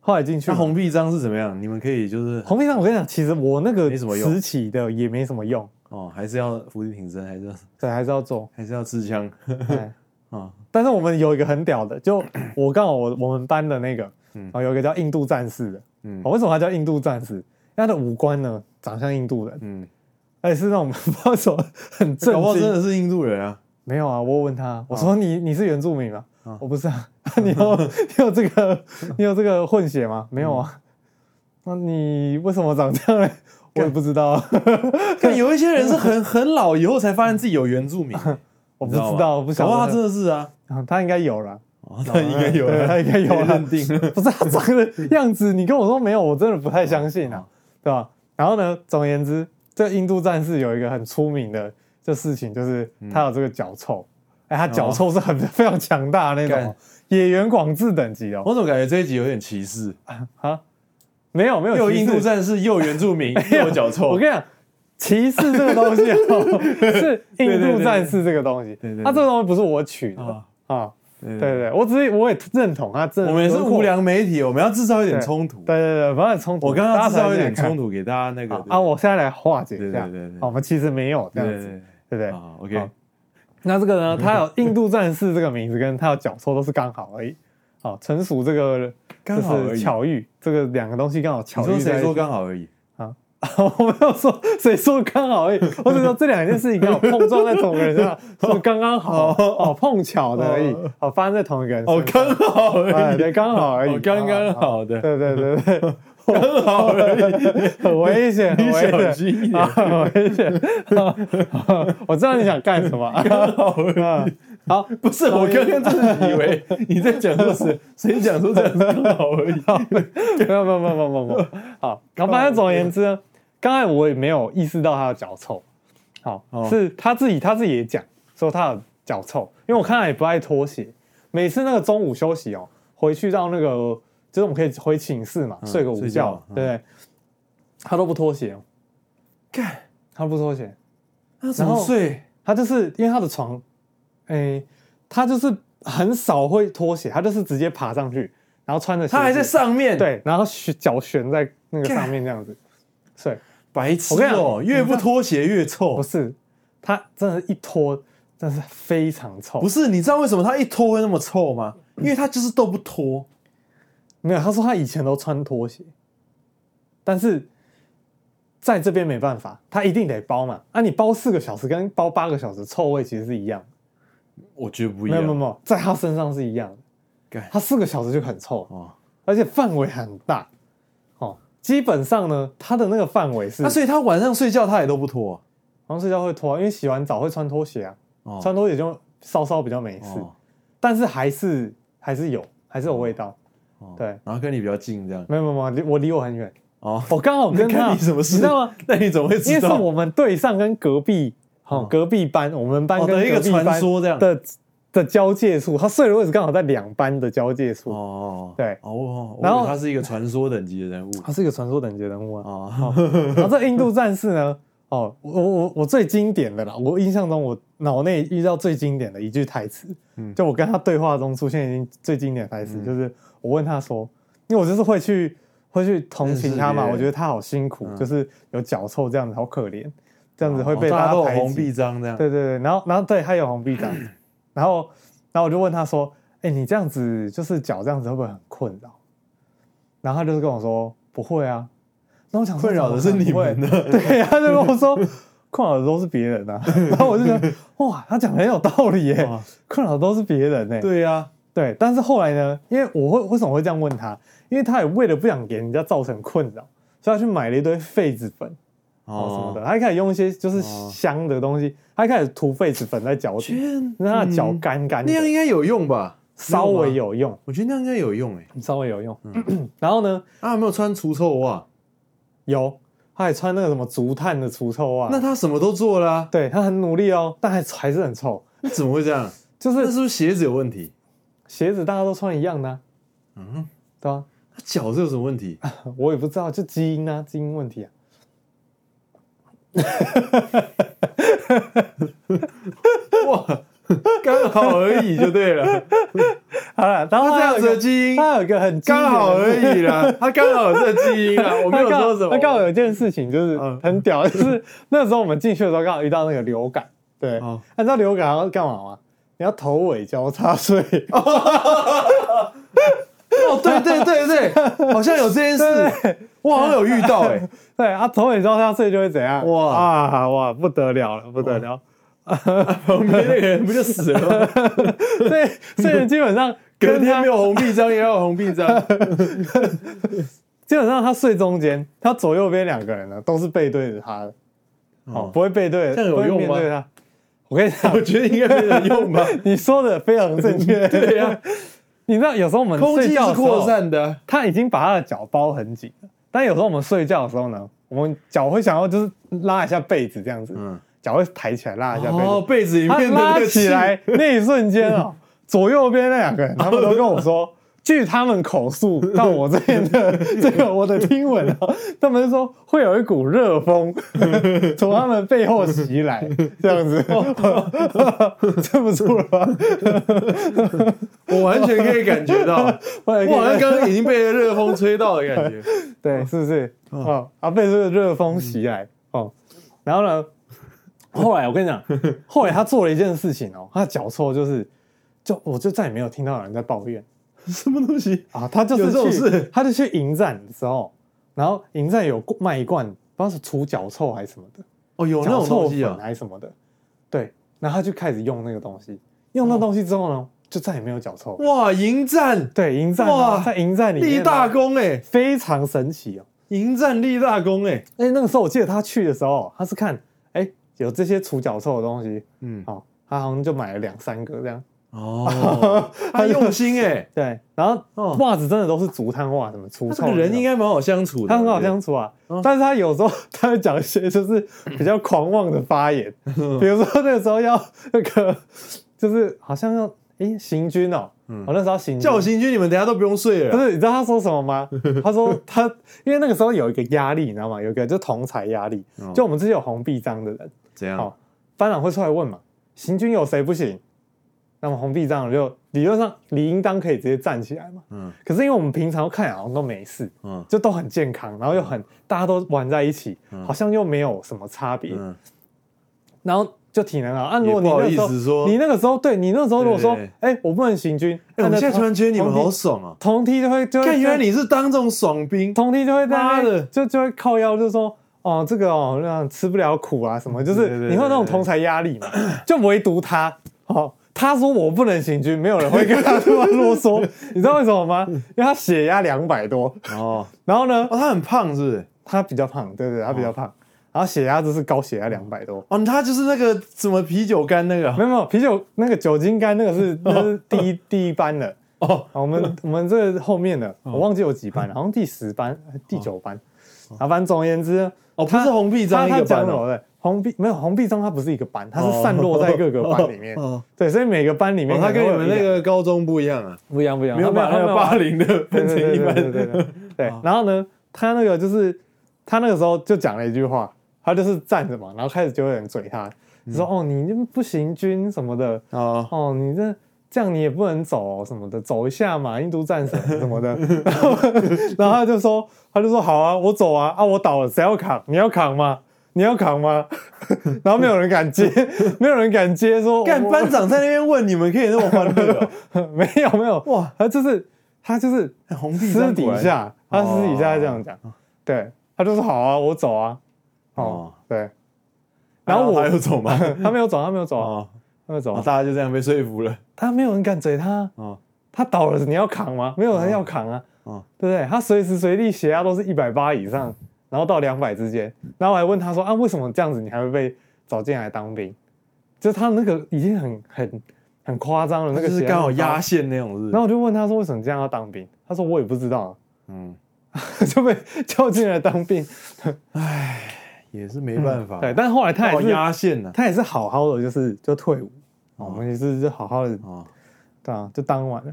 S5: 后来进去
S4: 那
S5: 嘛
S4: 红臂章是怎么样？你们可以就是
S5: 啊红臂章，我跟你讲，其实我那个
S4: 没什么用
S5: 时期的也没什么用，
S4: 哦，还是要伏地挺身，还是要。
S5: 对，还是要做
S4: 还是要持 枪
S5: 对
S4: 啊？
S5: 但是我们有一个很屌 的，就我刚好我我们班的那个，然后有一个叫印度战士的，
S4: 嗯
S5: 哦，为什么他叫印度战士？因为他的五官呢长像印度人，
S4: 嗯，
S5: 而且是那种 不知道为什么很
S4: 搞
S5: 正
S4: 不好真
S5: 经。
S4: 的是印度人 啊！
S5: 没有啊，我有问他，我说你你是原住民吗？
S4: 啊
S5: 我不是啊， 你有你有这个你有这个混血吗？没有
S4: 嗯
S5: 啊，那你为什么长这样呢？我也不知道啊，
S4: 但有一些人是很 很老以后才发现自己有原住民，
S5: 我
S4: 你
S5: 不
S4: 知
S5: 知
S4: 吗
S5: 道，我啊不晓
S4: 搞不好他
S5: 得
S4: 真。的是啊，
S5: 啊他应该有了，
S4: 哦，他应该有
S5: 对
S4: 了，
S5: 他应该有啊了
S4: 认定了。
S5: 不是他长的样子，你跟我说没有，我真的不太相信啊，对吧？然后呢，总而言之，这个印度战士有一个很出名的这事情，就是
S4: 嗯
S5: 他有这个脚臭，哎，他脚臭是很 非常强大的那种
S4: 哦干
S5: 野原广志等级哦，
S4: 我怎么感觉这一集有点歧视？
S5: 啊，没有没有
S4: 又
S5: 歧视
S4: 印度战哦士，又原住 民，又脚臭。
S5: 我跟你讲，歧视这个东 啊西哦，是印度战士这个东西啊
S4: 对对对对对，
S5: 他这个东西不是我取的
S4: 啊
S5: 啊，
S4: 对
S5: 对对，我只是我也认同啊他真的，
S4: 我们也是无良媒体，我们要制造一点
S5: 对
S4: 冲突。
S5: 对对对，不要有冲突，
S4: 我刚刚制
S5: 稍
S4: 造
S5: 微
S4: 一点冲突给大家那个
S5: 啊，我现在来化解
S4: 对
S5: 一下，啊
S4: 对对对
S5: 好我们其实没有这
S4: 对
S5: 样
S4: 对
S5: 子，
S4: 对啊
S5: 对不对
S4: 对？好，OK，
S5: 好那这个呢，它有印度战士这个名字跟它有脚臭都是刚好而已，好，纯属这个
S4: 刚好
S5: 就
S4: 而
S5: 是
S4: 已。
S5: 巧遇，这个两个东西刚好巧
S4: 你
S5: 遇
S4: 说
S5: 在一起。
S4: 谁说刚好而已？
S5: 我没有说谁说刚好而已，我只说这两件事情刚好碰撞在同一个 人身
S4: 哦
S5: 上，是刚刚好哦，碰巧的而已，哦，发生在同一个人
S4: 哦，
S5: 身上，
S4: 刚好而
S5: 哎
S4: 已，
S5: 对，刚好而已，
S4: 哦，刚刚好的，
S5: 对，对对对对，
S4: 刚好而已，
S5: 很危险，很
S4: 你
S5: 危
S4: 小
S5: 险。
S4: 心一点
S5: 啊，。很危险！ 我知道你想干什么。啊
S4: 好而已，
S5: 好，
S4: 不是我刚刚真的以为 你在讲说谁谁讲说这样是刚好而已，
S5: 没有没有没有没有没有没有，好，然后反正总而言之呢，刚才我也没有意识到他有脚臭，好，
S4: 哦
S5: 是他自己他自己也讲说他有脚臭，因为我看他也不爱脱鞋，每次那个中午休息哦，回去到那个就是我们可以回寝室嘛，睡个午
S4: 嗯睡
S5: 觉
S4: 觉，
S5: 对不对？他都不脱鞋哦，
S4: 干
S5: 他不脱鞋，
S4: 那怎么睡？
S5: 他就是因为他的床，哎，他就是很少会脱鞋，他就是直接爬上去，然后穿着鞋
S4: 他还
S5: 子
S4: 在上面，，
S5: 对，然后悬脚悬在那个上面这样子， 睡
S4: 白痴
S5: 我跟你
S4: 哦，
S5: 讲嗯
S4: 越不脱鞋越臭
S5: 不。是他真的，一脱真是非常臭，
S4: 不是，你知道为什么他一脱会那么臭吗？因为他就是都不脱，
S5: 没有，他说他以前都穿拖鞋，但是在这边没办法，他一定得包嘛，啊，你包四个小时跟包八个小时臭味其实是一样的，
S4: 我觉得不一
S5: 没有没有
S4: 样。
S5: 没有，在他身上是一样的
S4: 干，
S5: 他四个小时就很臭，
S4: 哦，
S5: 而且范围很大，哦，基本上呢，他的那个范围是，
S4: 啊那所以他晚上睡觉他也都不脱啊
S5: 好像睡觉会脱啊，因为洗完澡会穿拖鞋啊。
S4: 哦，
S5: 穿拖鞋就稍稍比较没事，
S4: 哦
S5: 但是还是还是有，还是有味道。
S4: 哦
S5: 对，
S4: 然后跟你比较近这样。
S5: 没有没有没有离，我离我很远，
S4: 哦，
S5: 我刚好跟他，
S4: 看你什么事？
S5: 你知道吗？？
S4: 那你怎么会
S5: 因
S4: 知
S5: 为是
S4: 道？
S5: 我们队上跟隔壁，好、
S4: 哦
S5: 隔壁班，我们班
S4: 哦
S5: 跟
S4: 的一
S5: 隔
S4: 个
S5: 壁
S4: 传
S5: 班
S4: 说这样。
S5: 的的交界处，他睡的位置刚好在两班的交界处。
S4: 哦，
S5: 对
S4: 哦哦，然
S5: 然后
S4: 后他是一个传说等级的人物
S5: 他是一个传说等级人物啊，
S4: 哦，
S5: 然后这印度战士呢，哦，我我我最经典的啦，我印象中我脑内遇到最经典的一句台词，
S4: 嗯
S5: 就我跟他对话中出现已经最经典的台词，就是我问他说，因为我就是会去会去同情他
S4: 认识别
S5: 嘛，
S4: 人
S5: 我觉得他好辛苦，
S4: 嗯
S5: 就是有脚臭这样子，好可怜， 这样子会
S4: 哦
S5: 被
S4: 大家都有
S5: 排
S4: 红
S5: 挤
S4: 臂，章这样。
S5: 对对对，然后然后对他有红臂章，然后然后我就问他说，哎、你这样子就是脚这样子会不会很困扰？然后他就是跟我说不会啊，那我想说
S4: 困扰的是你们
S5: 的， 对，他就跟我说困扰的都是别人啊，然后我就觉得哇，他讲的很有道理耶
S4: 哇，
S5: 困扰的都是别人呢，
S4: 对啊呀，
S5: 对，但是后来呢，因为我会为什么会这样问他，因为他也为了不想给人家造成困扰，所以他去买了一堆痱子粉。哦什么的，，他一开始用一些就是
S4: 哦
S5: 香的东西，他一开始涂痱子粉在脚底，
S4: 天，
S5: 让他脚
S4: 嗯
S5: 干干的
S4: 那，样应该有用吧？
S5: 稍微
S4: 有吗，
S5: 有用，
S4: 我觉得那样嗯应该有用哎。
S5: 稍微有用。 然后呢，
S4: 他有没有穿除臭袜？
S5: 有，他还穿那个什么竹炭的除臭袜，
S4: 那他什么都做啦，
S5: 对他很努力哦，但还还是很臭，
S4: 那怎么会这样？
S5: 就
S4: 那
S5: 是
S4: 是不是鞋子有问题？
S5: 鞋子大家都穿一样的啊、
S4: 嗯，
S5: 对吧、
S4: 他脚是有什么问题？
S5: 我也不知道，就基因啊，基因问题啊。
S4: 哇， 刚好而已就对了，
S5: 好了，然后
S4: 他这
S5: 还
S4: 样
S5: 有一
S4: 子的
S5: 个
S4: 基因
S5: 他有一个很
S4: 刚好而
S5: 已。
S4: 已啦，他刚好有这基 因啦，啊我没有说什么。
S5: 他刚好有一件事情就是
S4: 嗯
S5: 很屌， 就是那时候我们进去的时候刚好遇到那个流感，对，
S4: 哦
S5: 按照流感要干嘛吗？你要头尾交叉睡，
S4: 哦，对对对 对，好像有这件事，我好像有遇到哎，
S5: 对啊，头尾交叉睡就会怎样？
S4: 哇
S5: 啊哇，不得了了，不得了！
S4: 旁边那个人不就死了 吗？
S5: 所以所以基本上
S4: 隔
S5: 跟
S4: 天
S5: 他
S4: 没有红臂章，也要有红臂章。
S5: 基本上他睡中间，他左右边两个人呢都是背对着他的，哦，
S4: 哦，
S5: 不会背对，
S4: 这样有
S5: 不会
S4: 用
S5: 面
S4: 吗
S5: 对他，我跟你讲
S4: 我，觉得应该没人用吧？
S5: 你说的非常正 确。
S4: 对呀，
S5: 你知道有时候我们
S4: 空
S5: 睡
S4: 气
S5: 觉
S4: 是
S5: 的时候
S4: 扩散的啊，
S5: 他已经把他的脚包很紧了，但有时候我们睡觉的时候呢，我们脚会想要就是拉一下被子这样子，
S4: 嗯
S5: 脚会抬起来拉一下被子，
S4: 哦，嗯被子里
S5: 他
S4: 面的那
S5: 拉
S4: 个
S5: 起
S4: 气
S5: 哦来那一瞬间啊、左右边那两个人他们都跟我说，据他们口述到我这边的这个我的听闻啊，他们说会有一股热 风从他们背后袭来，这 样子， 撑不住了吧？
S4: 我完全可以感觉 到，
S5: 我也可以
S4: 我好像刚刚已经被热风吹到的感觉。
S5: 对，是不是？哦，啊，被这个热
S4: 嗯
S5: 风袭来哦。然后呢，后来我跟你讲，后来他做了一件事情哦，他的脚臭就是，就我就再也没有听到有人在抱怨
S4: 什么东西？
S5: 啊，他就是
S4: 有这种
S5: 去
S4: 事
S5: 他就去迎战的时候，然后迎战有卖一罐，不知道是除脚臭还是什么的，
S4: 哦，有那
S5: 脚
S4: 种
S5: 臭
S4: 东西
S5: 粉
S4: 啊！
S5: 还是什么的，对，然后他就开始用那个东西，用那东西之后呢，就再也没有脚臭了。
S4: 哇，迎战
S5: 对，迎战
S4: 哇
S5: 哦在迎战里面
S4: 立
S5: 呢
S4: 大功哎，
S5: 非常神奇哦。
S4: 迎战立大功哎，
S5: 哎、那个时候我记得他去的时候，他是看哎、有这些除脚臭的东西，
S4: 嗯，
S5: 哦，他好像就买了两三个这样。
S4: 哦，他用心 哎，
S5: 对，然后
S4: 哦
S5: 袜子真的都是竹炭袜，什么除
S4: 他
S5: 臭
S4: 这
S5: 的那
S4: 个
S5: 种。
S4: 人应该嗯蛮好相处的，
S5: 他很好
S4: 我觉得
S5: 相处啊，但是他有时候他会讲一些就是
S4: 嗯
S5: 比较狂妄的发言，比如说那个时候要那个就是好像要哎、行军哦，我那时候要行军
S4: 嗯叫我行军，你们等一下都不用睡
S5: 不
S4: 了。
S5: 是，你知道他说什 么吗？他说他因为那个时候有一个压力，你知道吗？有一个就同财压力，
S4: 哦
S5: 就我们这些有红臂章的人，
S4: 怎
S5: 哦？，班长会出来问嘛，行军有谁不行？那么红臂章就理论上理应当可以直接站起来嘛。
S4: 嗯
S5: 可是因为我们平常看起来好像都没事，
S4: 嗯
S5: 就都很健康，然后又很大家都玩在一起，好像又没有什么差别，
S4: 嗯，
S5: 然后就体能啊。按、如果你
S4: 也不好
S5: 那个时
S4: 意思说
S5: 候，你那个时候对你那个时候如果说
S4: 对对，
S5: 哎、我不能行军，
S4: 哎，我现在突然觉得你们好
S5: 同
S4: 爽哦！
S5: 同梯就会就会
S4: 看，原来你是当这种爽兵，
S5: 同梯就会在那
S4: 妈的
S5: 边就就会靠腰，就说哦，这个哦，让吃不了苦啊什么，就
S4: 对对对
S5: 是你会有那种
S4: 对对
S5: 同才压力嘛，就唯独他哦。他说我不能行军，没有人会跟他这么啰嗦， 你知道为什么吗？因为他血压两百多，
S4: 哦
S5: 然后呢
S4: 哦，，他很胖是不是？
S5: 他比较胖，对对，他比较胖，然后血压就是高血压两百多，
S4: 哦，他就是那个什么啤酒干那个
S5: 没
S4: 啊
S5: 有没有啤酒那个酒精肝那个 是那是第一第一班的，
S4: 哦，
S5: 啊，我们我们这后面的，我忘记有 几班了，好像第十班、呃第九班。啊，反正总而言之呢，
S4: 哦不是
S5: 他
S4: 红臂章
S5: 他
S4: 一个
S5: 他讲
S4: 班哦
S5: 我的红臂没有红臂章，它不是一个班，它
S4: 哦
S5: 是散落在各个班里 面
S4: 哦哦。
S5: 对，所以每个班里面
S4: 哦，他
S5: 可
S4: 跟
S5: 能会
S4: 你
S5: 有
S4: 们
S5: 一
S4: 那
S5: 两
S4: 个高中不一样啊，
S5: 不一样不一样，
S4: 没有把
S5: 他
S4: 那
S5: 们
S4: 个霸
S5: 他们
S4: 凌的哦
S5: 对
S4: 分成一
S5: 对对对对
S4: 班。
S5: 对对对对。然后呢，他那个就是他那个时候就讲了一句话，他就是站着嘛，然后开始就有人嘴他，
S4: 嗯
S5: 就说哦你就不行军什么的，
S4: 哦，
S5: 哦，你这这样你也不能走、什么的，走一下嘛，印度战神什么的。 然后，然后他就说，他就说好啊，我走啊，啊我倒了，谁要扛？你要扛吗？你要扛吗？ 然后没有人敢接， 没有人敢接说，
S4: 干
S5: 我
S4: 班长在那边问你们可以那么欢乐哦，
S5: 没有没有，
S4: 哇，
S5: 他就是他就是
S4: 哎红哦臂
S5: 私
S4: 章
S5: 底
S4: 果然
S5: 下，他私底下这样讲，对，他就说好啊，我走啊，
S4: 哦
S5: 哦，对，
S4: 然
S5: 然
S4: 后
S5: 后
S4: 我
S5: 我
S4: 哦还有走吗？
S5: 他没有走，他没有走啊，
S4: 哦，
S5: 他没有走啊
S4: 哦，大家就这样被说服了。
S5: 他没有人敢追他，啊
S4: 哦
S5: 他倒了你要扛吗？没有人要扛啊，
S4: 哦
S5: 对不对？他随时随地血压都是一百八以上，然后到两百之间，然后我还问他说啊，为什么这样子你还会被找进来当兵？就是他那个已经很很很夸张了，那
S4: 就
S5: 个
S4: 是
S5: 血压
S4: 刚好
S5: 很高
S4: 压线那种是不是，
S5: 然后我就问他说为什么这样要当兵？他说我也不知道
S4: 嗯，
S5: 啊， 就被叫进来当兵。
S4: 也是没办法，
S5: 嗯对，但后来他
S4: 刚好
S5: 也是
S4: 压哦线呢。
S5: 他也是好好的，就是就退伍，我们也是就好好的，
S4: 哦，
S5: 对啊，就当完了。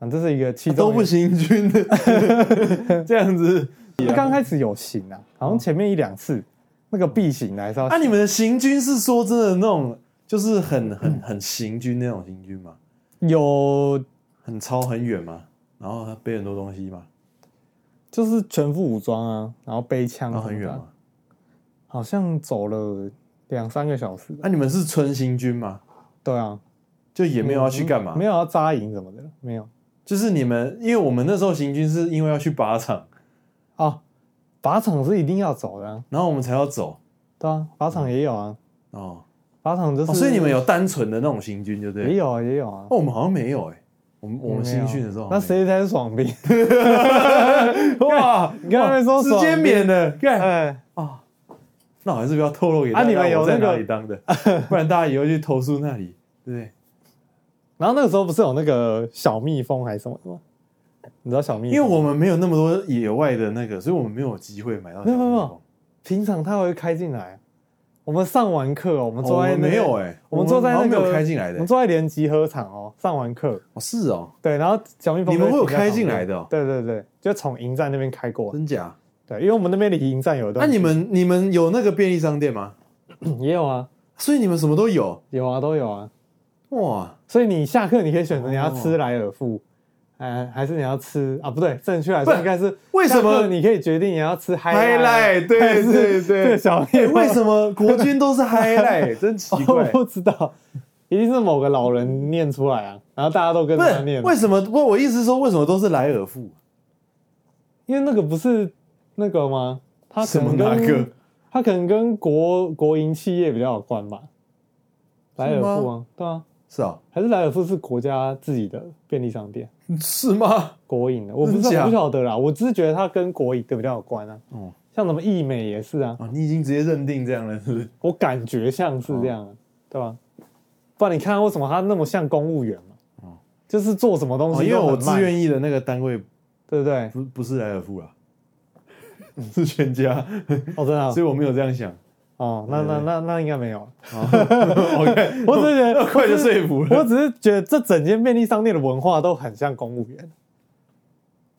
S5: 啊，这是一个其中
S4: 都
S5: 一个
S4: 不行军的， 这样子。
S5: 他刚开始有行啊，好像前面一两次那个 B 型的还是要
S4: 那
S5: 行，
S4: 你们的行军是说真的那种，就是很很很行军那种行军吗？
S5: 有
S4: 很超很远嘛，然后背很多东西嘛，
S5: 就是全副武装啊，然后背枪
S4: 然
S5: 什
S4: 后
S5: 么的
S4: 哦很远嘛。
S5: 好像走了两三个小时吧。
S4: 那、你们是纯行军吗？
S5: 对啊，嗯
S4: 就也没有要去干嘛？
S5: 没有要扎营什么的，没有
S4: 就是你们，因为我们那时候行军是因为要去靶场，
S5: 啊。靶场是一定要走的、啊，
S4: 然后我们才要走
S5: 对啊，靶场也有啊，
S4: 哦。
S5: 靶场就是、
S4: 哦所以你们有单纯的那种行军，对不对？
S5: 也有啊也有啊。
S4: 哦，我们好像没有哎、我们我们
S5: 没有
S4: 新
S5: 啊
S4: 训的时候好
S5: 那
S4: 像没有，
S5: 谁才是 爽兵？
S4: 哇，
S5: 你刚才说
S4: 哦直
S5: 爽
S4: 接免了，干，
S5: 哎，
S4: 那我还是不要透露给大家
S5: 啊你们有
S4: 我在
S5: 那个
S4: 哪里当 的，不然大家以后去投诉那里，对不对？
S5: 然后那个时候不是有那个小蜜蜂还是什么的吗？你知道小蜜
S4: 因
S5: 蜂？
S4: 为我们没有那么多野外的那个，所以我们没有机会买到小蜜
S5: 没有没有没
S4: 蜂
S5: 有。平常它会开进来，我们上完课哦，我们
S4: 哦我
S5: 坐在
S4: 们
S5: 那
S4: 没有
S5: 边
S4: 欸
S5: 我们坐在
S4: 我们
S5: 那
S4: 好像没
S5: 个
S4: 有开进来的欸
S5: 我们坐在连集合场哦，上完课，
S4: 哦，是哦，
S5: 对，然后小蜜蜂
S4: 你们会有
S5: 就停在
S4: 开
S5: 旁
S4: 进
S5: 边
S4: 来的哦
S5: 对对对，就从营站那边开过来，
S4: 真假？
S5: 对，因为我们那边离营站有
S4: 那、
S5: 一段，
S4: 你们你们有那个便利商店吗？
S5: 也有啊，
S4: 所以你们什么都有
S5: 有啊，都有啊，
S4: 哇？
S5: 所以你下课你可以选择你要
S4: 哦
S5: 吃莱尔富，嗯，还是你要吃啊？不对，正确来说
S4: 不
S5: 应该是
S4: 为什么
S5: 下课你可以决定你要吃
S4: highlight，对
S5: 还是
S4: 对对
S5: 这个小
S4: 哎、
S5: 面包
S4: 为什么国军都是 highlight？真奇
S5: 我
S4: 怪。
S5: 不知道，一定是某个老人念出来啊，然后大家都跟
S4: 不
S5: 他
S4: 是
S5: 念，
S4: 为什么？不，我意思是说，为什么都是莱尔富？
S5: 因为那个不是那个吗？他可能
S4: 什么
S5: 跟
S4: 那个
S5: 他可能跟国国营企业比较有关吧。莱尔富啊，对啊，
S4: 是啊、
S5: 还是莱尔富是国家自己的便利商店，
S4: 是吗？
S5: 国营的，我不
S4: 真
S5: 知道，
S4: 假
S5: 我不晓得啦，我只是觉得它跟国营的比较有关啊。
S4: 哦
S5: 像什么益美也是啊，
S4: 啊，你已经直接认定这样了，是不是？
S5: 我感觉像是这样
S4: 哦
S5: 啊，对吧？不然你看为什么它那么像公务员嘛？就是做什么东
S4: 哦，
S5: 西
S4: 因为
S5: 都
S4: 我
S5: 很慢，啊
S4: 自愿意的那个单位
S5: 对不对？
S4: 不不是莱尔富 啦，是全家，
S5: 哦，真的啊
S4: 所以我没有这样 想。
S5: 哦，那那那那应该 没有啊。
S4: OK，
S5: 我只是觉得
S4: 快就说服
S5: 我
S4: 了。
S5: 只是觉得这整间便利商店的文化都很像公务员，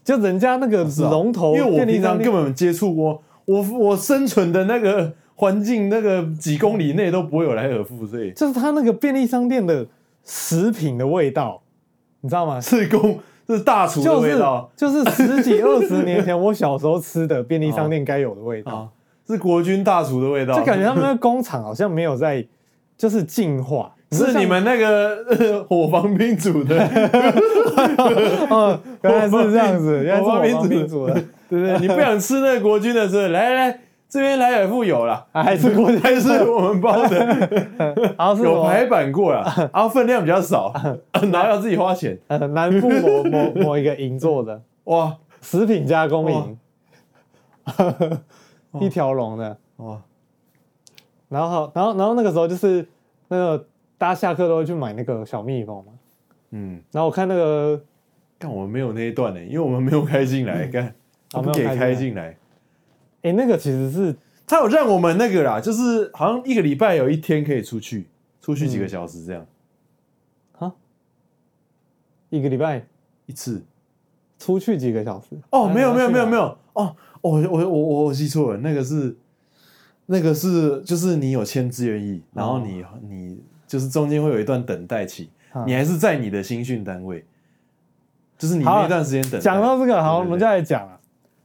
S5: 就人家那个
S4: 是啊
S5: 龙头
S4: 因为我
S5: 便利
S4: 平
S5: 商
S4: 常
S5: 店
S4: 根，本接触过，我我生存的那个环境，那个几公里内都不会有莱尔富，所以
S5: 就是它那个便利商店的食品的味道，你知道吗？
S4: 是公是大厨的
S5: 就
S4: 味
S5: 是
S4: 道
S5: 就是十几二十年前我小时候吃的便利商店该有的味道，
S4: 啊，是国军大厨的味道，
S5: 就感觉他们的工厂好像没有在就是进化，不
S4: 是
S5: 像
S4: 你们那个 呃火防兵组 的，
S5: 哦，原来是这样子，原来是我们民族的，对不对？
S4: 你不想吃那个国军的，是来来来，这边莱尔富有啦，
S5: 啊还是 国家，
S4: 还是我们 包
S5: 哦
S4: 的。
S5: 然啊后是什
S4: 有
S5: 么
S4: 排版过了，然后分量比较 少，然后要自己花钱。
S5: 呃南部某某某一个营 做的。
S4: 哇
S5: 食品加工营，一条龙的。
S4: 哦哇，
S5: 然后好，然后然后那个时候就是那个大家下课都会去买那个小蜜蜂嘛。
S4: 嗯，
S5: 然后我看那个
S4: 但我们没有那一段呢，因为我们没有开进来，干他
S5: 哦没
S4: 不给
S5: 有开进来
S4: 开进来。
S5: 哎，那个其实是
S4: 他有让我们那个啦，就是好像一个礼拜有一天可以出去，出去
S5: 嗯
S4: 几个小时这样
S5: 一个礼拜
S4: 一次。
S5: 出去几个小时。
S4: 哦，没有没有没有没
S5: 有，
S4: 有哦，我我我我我记错了，那个是那个是就是你有签志愿意，然后
S5: 哦
S4: 你你就是中间会有一段等待期
S5: 嗯，
S4: 你还是在你的新训单位，就是你
S5: 好啊
S4: 那段时间等待。
S5: 讲到这个，
S4: 对
S5: 好，
S4: 对
S5: 我
S4: 对
S5: 们再来讲啊。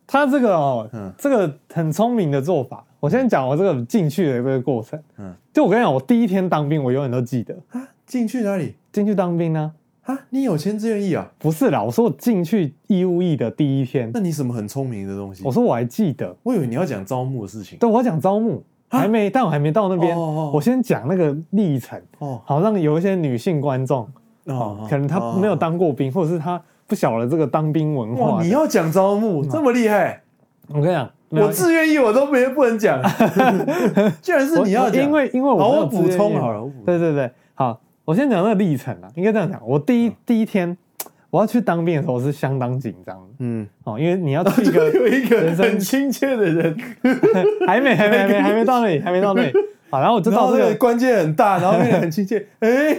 S5: 他这个哦
S4: 嗯，
S5: 这个很聪明的做法。我先讲我这个进去的一个过程。嗯
S4: 嗯，
S5: 就我跟你讲，我第一天当兵，我永远都记得
S4: 进去哪里
S5: 进去当兵呢、
S4: 啊？你有签志愿意啊？
S5: 不是啦，我说我进去义务役的第一天
S4: 那，你什么很聪明的东西？
S5: 我说我还记得，
S4: 我以为你要讲招募的事情。
S5: 对，我要讲招募，还没，但我还没到那边。
S4: 啊哦哦哦
S5: 我先讲那个历程，
S4: 哦
S5: 好让有一些女性观众，
S4: 哦
S5: 可能她没有。
S4: 哦
S5: 当过兵，或者是她不晓得这个当兵文化
S4: 哇，
S5: 的。
S4: 你要讲招募这么厉害，
S5: 我跟你讲，没有
S4: 我自愿意我都没不能 讲，居然是
S5: 我
S4: 你要
S5: 我
S4: 讲。
S5: 因为因为
S4: 好
S5: 我没有
S4: 我补
S5: 自愿
S4: 充
S5: 意
S4: 好了我补充
S5: 对对对，好，我先讲那个历程啊，应该这样讲。我第
S4: 嗯
S5: 一第一天我要去当兵的时候是相当紧张的
S4: 嗯，
S5: 哦，因为你要 去一 个
S4: 有一个
S5: 人生
S4: 很亲切的 人，
S5: 还没还没还没还没到那里，还没到那里。好，然后我就
S4: 然
S5: 到
S4: 后
S5: 这
S4: 那
S5: 个
S4: 个关键很大，然后那个很亲切， 哎，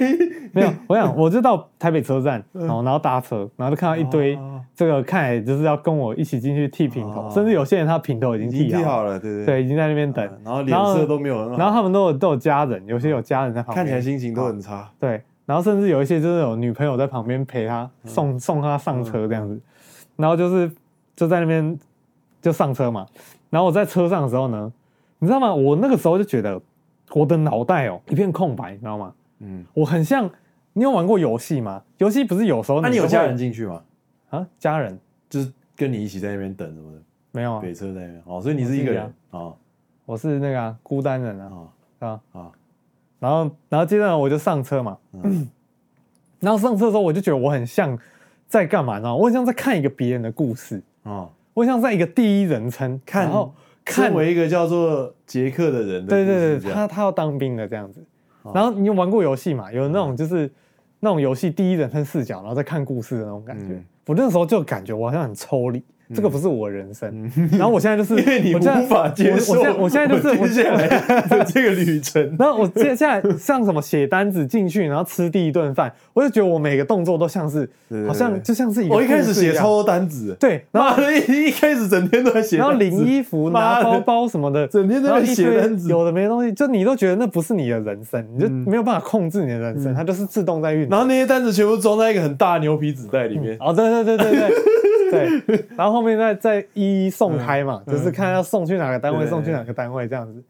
S5: 没有，我想我就到台北车站，然后然后搭车，然后就看到一堆
S4: 嗯哦
S5: 这个看来就是要跟我一起进去剃平头，
S4: 哦
S5: 甚至有些人他平头已经
S4: 已经
S5: 剃
S4: 剃好
S5: 好了，
S4: 了，对对
S5: 对，已经在那边等，
S4: 嗯然后脸色都没有很好，
S5: 然后他们都有都有家人，有些有家人在旁边，
S4: 看起来心情都很差。
S5: 对，然后甚至有一些就是有女朋友在旁边陪他
S4: 嗯
S5: 送、送他上车这样子，然后就是就在那边就上车嘛，然后我在车上的时候呢，你知道吗？我那个时候就觉得我的脑袋哦一片空白，你知道吗？
S4: 嗯，
S5: 我很像，你有玩过游戏吗？游戏不是有时候
S4: 那啊你有
S5: 就会
S4: 家人进去吗？
S5: 啊？家人
S4: 就是跟你一起在那边等什么的，
S5: 没有啊？
S4: 北车在那边哦，所以你是一个人
S5: 啊
S4: 哦
S5: 我是那个啊、孤单人啊，
S4: 哦
S5: 啊，
S4: 哦，
S5: 然后然后接着我就上车嘛，
S4: 嗯
S5: 然后上车的时候我就觉得我很像在干嘛呢？我很像在看一个别人的故事，
S4: 哦，
S5: 我很像在一个第一人称
S4: 看
S5: 然后看
S4: 身，为一个叫做杰克的人的
S5: 对
S4: 故
S5: 对
S4: 事这
S5: 对，
S4: 样，啊
S5: 他他要当兵的这样子。然后你有玩过游戏嘛？有那种就是、
S4: 嗯
S5: 那种游戏第一人称视角，然后再看故事的那种感觉。
S4: 嗯
S5: 我那时候就感觉我好像很抽离，这个不是我人生。然后我现在就是，
S4: 嗯因为你
S5: 我现在
S4: 无法接受。
S5: 我我现在我现在就是我，
S4: 接下来的这个旅程
S5: 然后我接下来像什么写单子进去，然后吃第一顿饭，我就觉得我每个动作都像是
S4: 对，对
S5: 好像就像是一个
S4: 我一开始
S5: 故事
S4: 写
S5: 样
S4: 超多单子，
S5: 对，然
S4: 妈
S5: 后
S4: 的，一一开始整天都在写
S5: 然
S4: 单
S5: 后
S4: 子，
S5: 领衣服、
S4: 妈
S5: 拿
S4: 的
S5: 包包什么的，
S4: 整天在那
S5: 然后
S4: 边
S5: 一
S4: 写
S5: 堆
S4: 单子嗯
S5: 有的没的东西，就你都觉得那不是你的人生，你就没有办法控制你的人生，它就是自动在运
S4: 然
S5: 转。
S4: 后那些单子全部装在一个很大的牛皮纸袋里面，
S5: 哦，对对对对对 对，然后后面再再一一送开嘛，
S4: 嗯
S5: 就是看要送去哪个单位，
S4: 对
S5: 送去哪个单位这样子。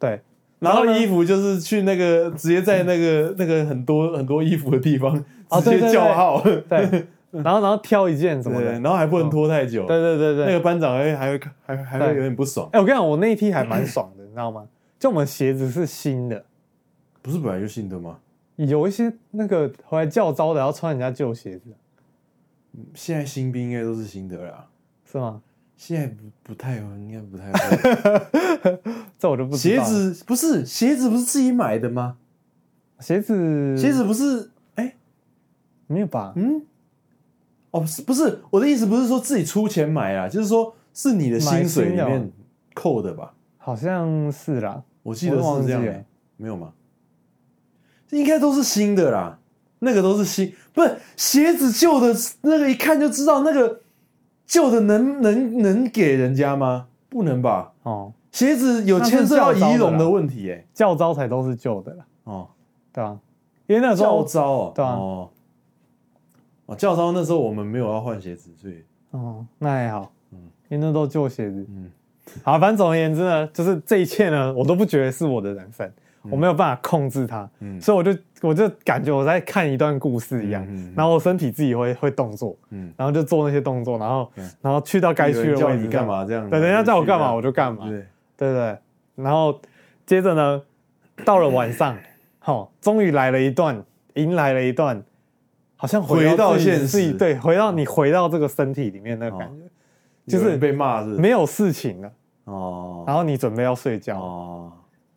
S5: 对，
S4: 然后
S5: 然后呢
S4: 衣服就是去那个直接在那个那个很多很多衣服的地方
S5: 哦
S4: 直
S5: 对
S4: 接叫号，对，
S5: 对，然后然后挑一件什么的，
S4: 然后还不能拖太久，
S5: 对对对对，
S4: 那个班长还会还会还会还会
S5: 对
S4: 有点不爽，
S5: 哎、我跟你讲，我那一批还蛮爽的，你知道吗？就我们鞋子是新的，
S4: 不是本来就信的吗？
S5: 有一些那个回来叫招的，然后穿人家旧鞋子，
S4: 现在新兵应该都是新的啦，
S5: 是吗？
S4: 现在不不太应该不太会
S5: 这我就 不知
S4: 鞋
S5: 道了
S4: 子不是鞋子不是自己买的吗？
S5: 鞋子
S4: 鞋子不是哎
S5: 没有吧？
S4: 嗯哦不是不是我的意思不是说自己出钱买啊，就是说是你的薪水里
S5: 买新的
S4: 面
S5: 哦
S4: 扣的吧？
S5: 好像是啦。
S4: 我记得
S5: 我
S4: 是
S5: 忘
S4: 这
S5: 记
S4: 样、
S5: 了
S4: 欸，没有吗？应该都是新的啦，那个都是新，不是鞋子旧的，那个一看就知道那个旧的能能能给人家吗？不能吧？
S5: 哦，
S4: 鞋子有牵涉到仪容的问题、欸，
S5: 叫招才都是旧的啦，
S4: 哦，
S5: 对吧、因为那时
S4: 教
S5: 候
S4: 招哦，
S5: 对啊
S4: 哦，哦，教招那时候我们没有要换鞋子，所以
S5: 哦，那还好，嗯，因为那都旧鞋子，
S4: 嗯
S5: 嗯。好，反正总而言之呢，就是这一切呢，我都不觉得是我的人生，我没有办法控制它，
S4: 嗯
S5: 所以我就我就感觉我在看一段故事一样，
S4: 嗯嗯嗯
S5: 然后我身体自己会会动作，
S4: 嗯，
S5: 然后就做那些动作，然后然后去到该去
S4: 有人
S5: 的
S4: 叫
S5: 位
S4: 你
S5: 置
S4: 干嘛这样？
S5: 对，人家叫我干嘛
S4: 你
S5: 我
S4: 就
S5: 就干
S4: 去，啊
S5: 嘛
S4: 对，
S5: 对不对？然后接着呢，到了晚上， 好、终于来了一段，迎来了一段，好像
S4: 回到
S5: 自己
S4: 现实
S5: 自己对，回到你回到这个身体里面那个感觉，就
S4: 有
S5: 是
S4: 人被骂是不是
S5: 没啊有事情了，
S4: 哦
S5: 然后你准备要睡觉，
S4: 哦，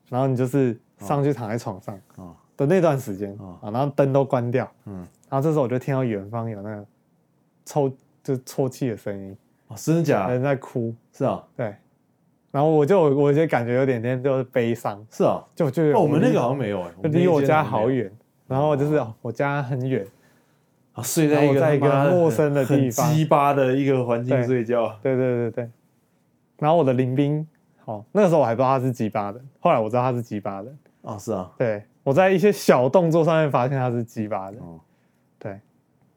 S5: 然后你就是上去躺在床上
S4: 哦
S5: 的那段时间
S4: 哦
S5: 啊、然后灯都关掉，
S4: 嗯，
S5: 然后这时候我就听到远方有那个抽就抽泣的声音，
S4: 哦真的假的？
S5: 人在哭，
S4: 是啊，
S5: 对，然后我就我就感觉有点点就是悲伤，
S4: 是啊，
S5: 就就
S4: 哦，我们那个好像没有哎、
S5: 就
S4: 们
S5: 离
S4: 那
S5: 我
S4: 间好
S5: 家
S4: 像
S5: 好
S4: 没有，
S5: 远，然后就是哦我家很远，
S4: 啊睡在
S5: 然后
S4: 一个
S5: 我在一个
S4: 他妈
S5: 陌生的
S4: 很
S5: 地方
S4: 鸡巴的一个环境
S5: 对
S4: 睡觉，
S5: 对对对对，然后我的林兵，哦，那个时候我还不知道他是鸡巴的，后来我知道他是鸡巴的，
S4: 哦是啊，
S5: 对我在一些小动作上面发现他是鸡巴的，
S4: 哦
S5: 对，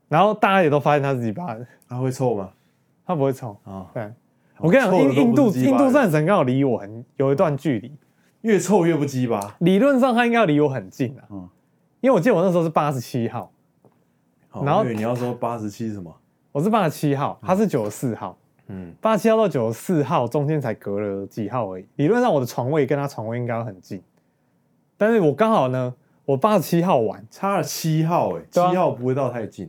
S5: 然后大家也都发现他是鸡巴的，
S4: 他会臭吗？
S5: 他不会冲，
S4: 啊，
S5: 对。我跟你讲，
S4: 臭的
S5: 印
S4: 都
S5: 印
S4: 不
S5: 度
S4: 是鸡巴
S5: 印
S4: 的
S5: 度战神刚好离我很有一段距离，
S4: 越臭越不鸡巴，
S5: 理论上他应该要离我很近啊，
S4: 嗯
S5: 因为我记得我那时候是八十七号，
S4: 哦
S5: 然后
S4: 我以为你要说八十七什么，
S5: 我是八十七号，他是九十四号，
S4: 嗯
S5: 八十七号到九十四号中间才隔了几号而已。理论上我的床位跟他床位应该要很近，但是我刚好呢，我八十七号玩，
S4: 差了七号哎、
S5: 对啊
S4: 七号不会到太近，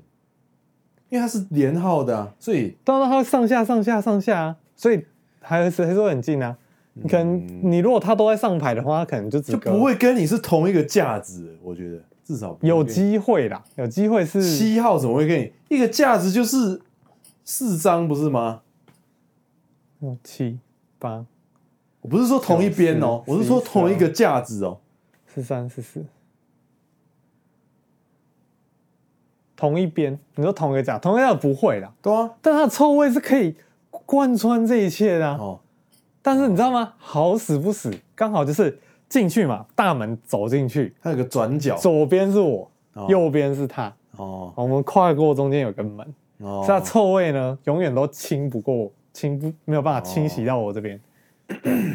S4: 因为它是连号的、啊，所以
S5: 当然他会上下上下上下啊，所以还是还是会很近啊。
S4: 嗯
S5: 你可能你如果他都在上排的话，他可能就只
S4: 就
S5: 隔
S4: 不会跟你是同一个价值，欸我觉得至少不会
S5: 有
S4: 跟你
S5: 机会啦，有机会是
S4: 七号怎么会跟你一个价值就是四张不是吗？
S5: 六哦七八
S4: 我不是说同一边哦，
S5: 九
S4: 我
S5: 十
S4: 是说同一个价值哦。
S5: 四三四四，同一边，你说同一个价，同一个价不会啦，
S4: 对啊，
S5: 但它的臭味是可以贯穿这一切的、啊。
S4: 哦，
S5: 但是你知道吗？好死不死，刚好就是进去嘛，大门走进去，
S4: 它有个转角
S5: 左边是我，
S4: 哦
S5: 右边是他，
S4: 哦
S5: 我们跨过中间有个门，
S4: 哦，
S5: 所以它臭味呢永远都清不过，清不没有办法清洗到我这边，
S4: 哦
S5: 对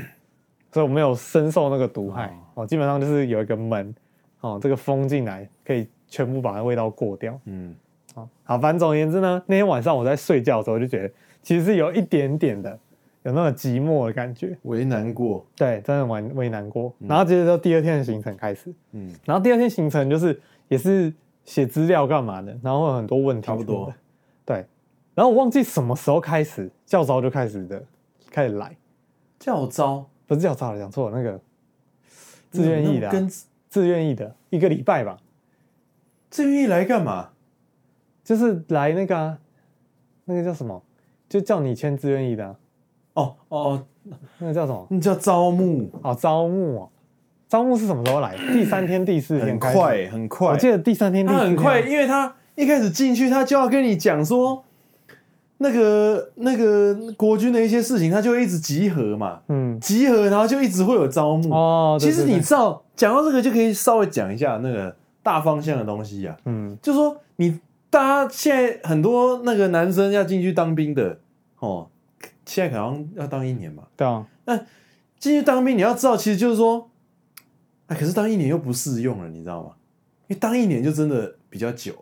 S5: 所以我没有深受那个毒害。哦，基本上就是有一个门，哦，这个风进来可以全部把它味道过掉。
S4: 嗯
S5: 哦，好，反正总而言之呢，那天晚上我在睡觉的时候就觉得，其实是有一点点的有那种寂寞的感觉。
S4: 为难过，
S5: 对，真的蛮为难过。然后接着就第二天的行程开始，
S4: 嗯，
S5: 然后第二天行程就是也是写资料干嘛的，然后会有很多问题，
S4: 差不多。
S5: 对，然后我忘记什么时候开始，教招就开始的，开始来，
S4: 教招
S5: 不是教招了，讲错了，那个自愿意的啊、
S4: 跟
S5: 自愿意的一个礼拜吧，
S4: 自愿意来干嘛？
S5: 就是来那个、啊、那个叫什么就叫你签志愿役的啊、
S4: 哦哦，
S5: 那个叫什么？
S4: 那叫招募，
S5: 哦，招募哦，招募是什么时候来？第三天、第四天
S4: 很
S5: 开始，
S4: 快很快，
S5: 我记得第三天、第四
S4: 他
S5: 天啊
S4: 很快，因为他一开始进去，他就要跟你讲说，那个那个国军的一些事情，他就会一直集合嘛，
S5: 嗯，
S4: 集合，然后就一直会有招募。
S5: 哦，对
S4: 其实
S5: 对
S4: 你
S5: 对
S4: 知道，讲到这个就可以稍微讲一下那个大方向的东西啊，
S5: 嗯，
S4: 就说你大家现在很多那个男生要进去当兵的哦，现在可能要当一年吧，
S5: 对啊，
S4: 进去当兵，你要知道，其实就是说，哎，可是当一年又不适用了，你知道吗？因为当一年就真的比较久。啊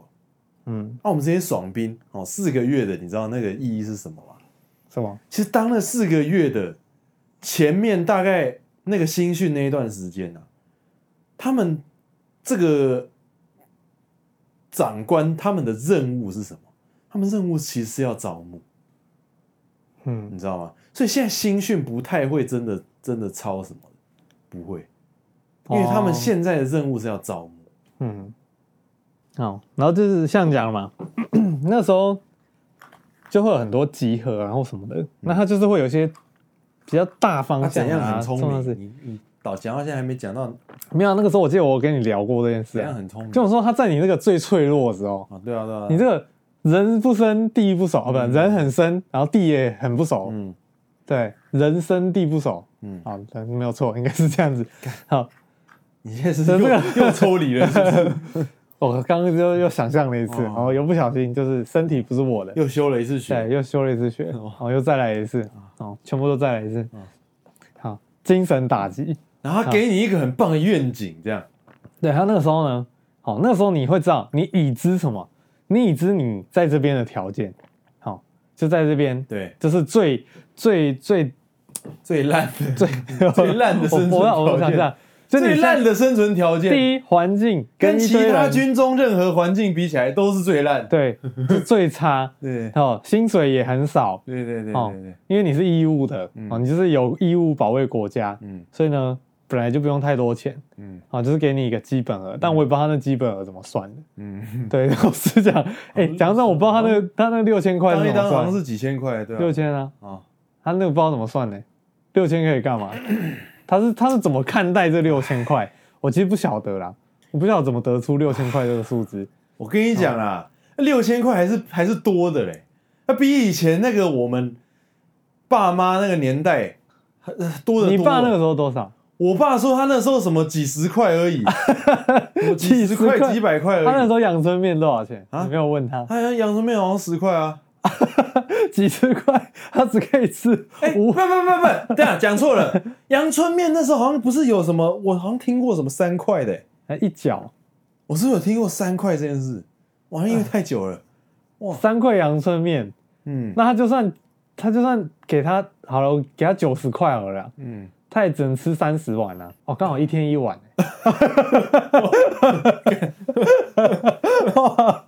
S5: 嗯，
S4: 那、我们这些爽兵哦，四个月的，你知道那个意义是什么吗？
S5: 是吗？
S4: 其实当了四个月的，前面大概那个新训那一段时间啊，他们这个长官他们的任务是什么？他们任务其实是要招募，
S5: 嗯，
S4: 你知道吗？所以现在新训不太会真的真的抄什么的，不会。因为他们
S5: 哦
S4: 现在的任务是要招募。
S5: 嗯，好，然后就是像讲嘛，那时候就会有很多集合啊，然后什么的，那他就是会有一些比较大方
S4: 嗯他
S5: 向
S4: 怎样
S5: 啊，
S4: 很聪
S5: 重要是
S4: 明？你你到讲到现在还没讲到
S5: 没有啊、那个时候我记得我跟你聊过这件事
S4: 怎
S5: 啊、
S4: 样很聪明
S5: 就我说他在你那个最脆弱的时候，
S4: 啊？对啊对啊，
S5: 你这个人不深地不熟啊，不、人很深，然后地也很不熟，
S4: 嗯
S5: 对，人深地不熟，
S4: 嗯，
S5: 好，对没有错，应该是 这样子。好，
S4: 你现在是
S5: 这
S4: 又
S5: 个
S4: 又抽离了，是不 是
S5: 我刚刚就又想象了一次，
S4: 哦
S5: 然后又不小心就是身体不是我的，
S4: 又修了一次学
S5: 对，。又修了一次血，然后又再来一次，哦，全部都再来一次。好，精神打击。
S4: 然后他给你一个很棒的愿景，这样
S5: 对他那个时候呢，好，那个时候你会知道，你已知什么？你已知你在这边的条件，好，就在这边，
S4: 对
S5: 这是最最最
S4: 最烂的
S5: 最
S4: 最 烂的生存
S5: 我我我我
S4: 条
S5: 想
S4: 件
S5: 这样，就你
S4: 最烂
S5: 现在
S4: 的生存条件，
S5: 第一环境
S4: 跟
S5: 一
S4: 其
S5: 堆
S4: 他
S5: 人
S4: 军中任何环境比起来都是最烂。，
S5: 对是最差
S4: 对
S5: 哦，薪水也很少，
S4: 对对对
S5: 哦
S4: 对对，
S5: 因为你是义务的，哦，你就是有义务保卫国家，
S4: 嗯
S5: 所以呢，本来就不用太多钱，
S4: 嗯
S5: 啊，就是给你一个基本额，但我也不知道他那基本额怎么算的。
S4: 嗯，
S5: 对，我是讲，哎、讲真，我不知道他那个他那六千块
S4: 当
S5: 是
S4: 一
S5: 怎么
S4: 当好像
S5: 算，
S4: 是几千块，对吧？
S5: 六千啊，
S4: 啊，
S5: 他那个不知道怎么算呢，六千可 以干嘛？他是他是怎么看待这六千块？我其实不晓得啦，我不晓得怎么得出六千块这个数字。
S4: 我跟你讲啦，
S5: 哦
S4: 六千块还是还是多的嘞，那比以前那个我们爸妈那个年代呃多得多。
S5: 你爸那个时，候多少？
S4: 我爸说他那时候什么几十块 而已，我几十
S5: 几十块
S4: 块、几百块而已。
S5: 他那时候阳春面多少钱？
S4: 哎啊
S5: 你没有问他，
S4: 他像阳春面好像十块啊，
S5: 几十块，他只可以吃
S4: 哎、
S5: 五
S4: 不不不不，对啊，讲错了。阳春面那时候好像不是有什么，我好像听过什么三块的、
S5: 一角，
S4: 我是不是有听过三块这件事，哇，因为太久了，
S5: 三块阳春面，
S4: 嗯
S5: 那他就算他就算给他好了，我给他九十块好了啦，
S4: 嗯，
S5: 他也只能吃三十碗啊。哦，刚好一天一碗、 欸。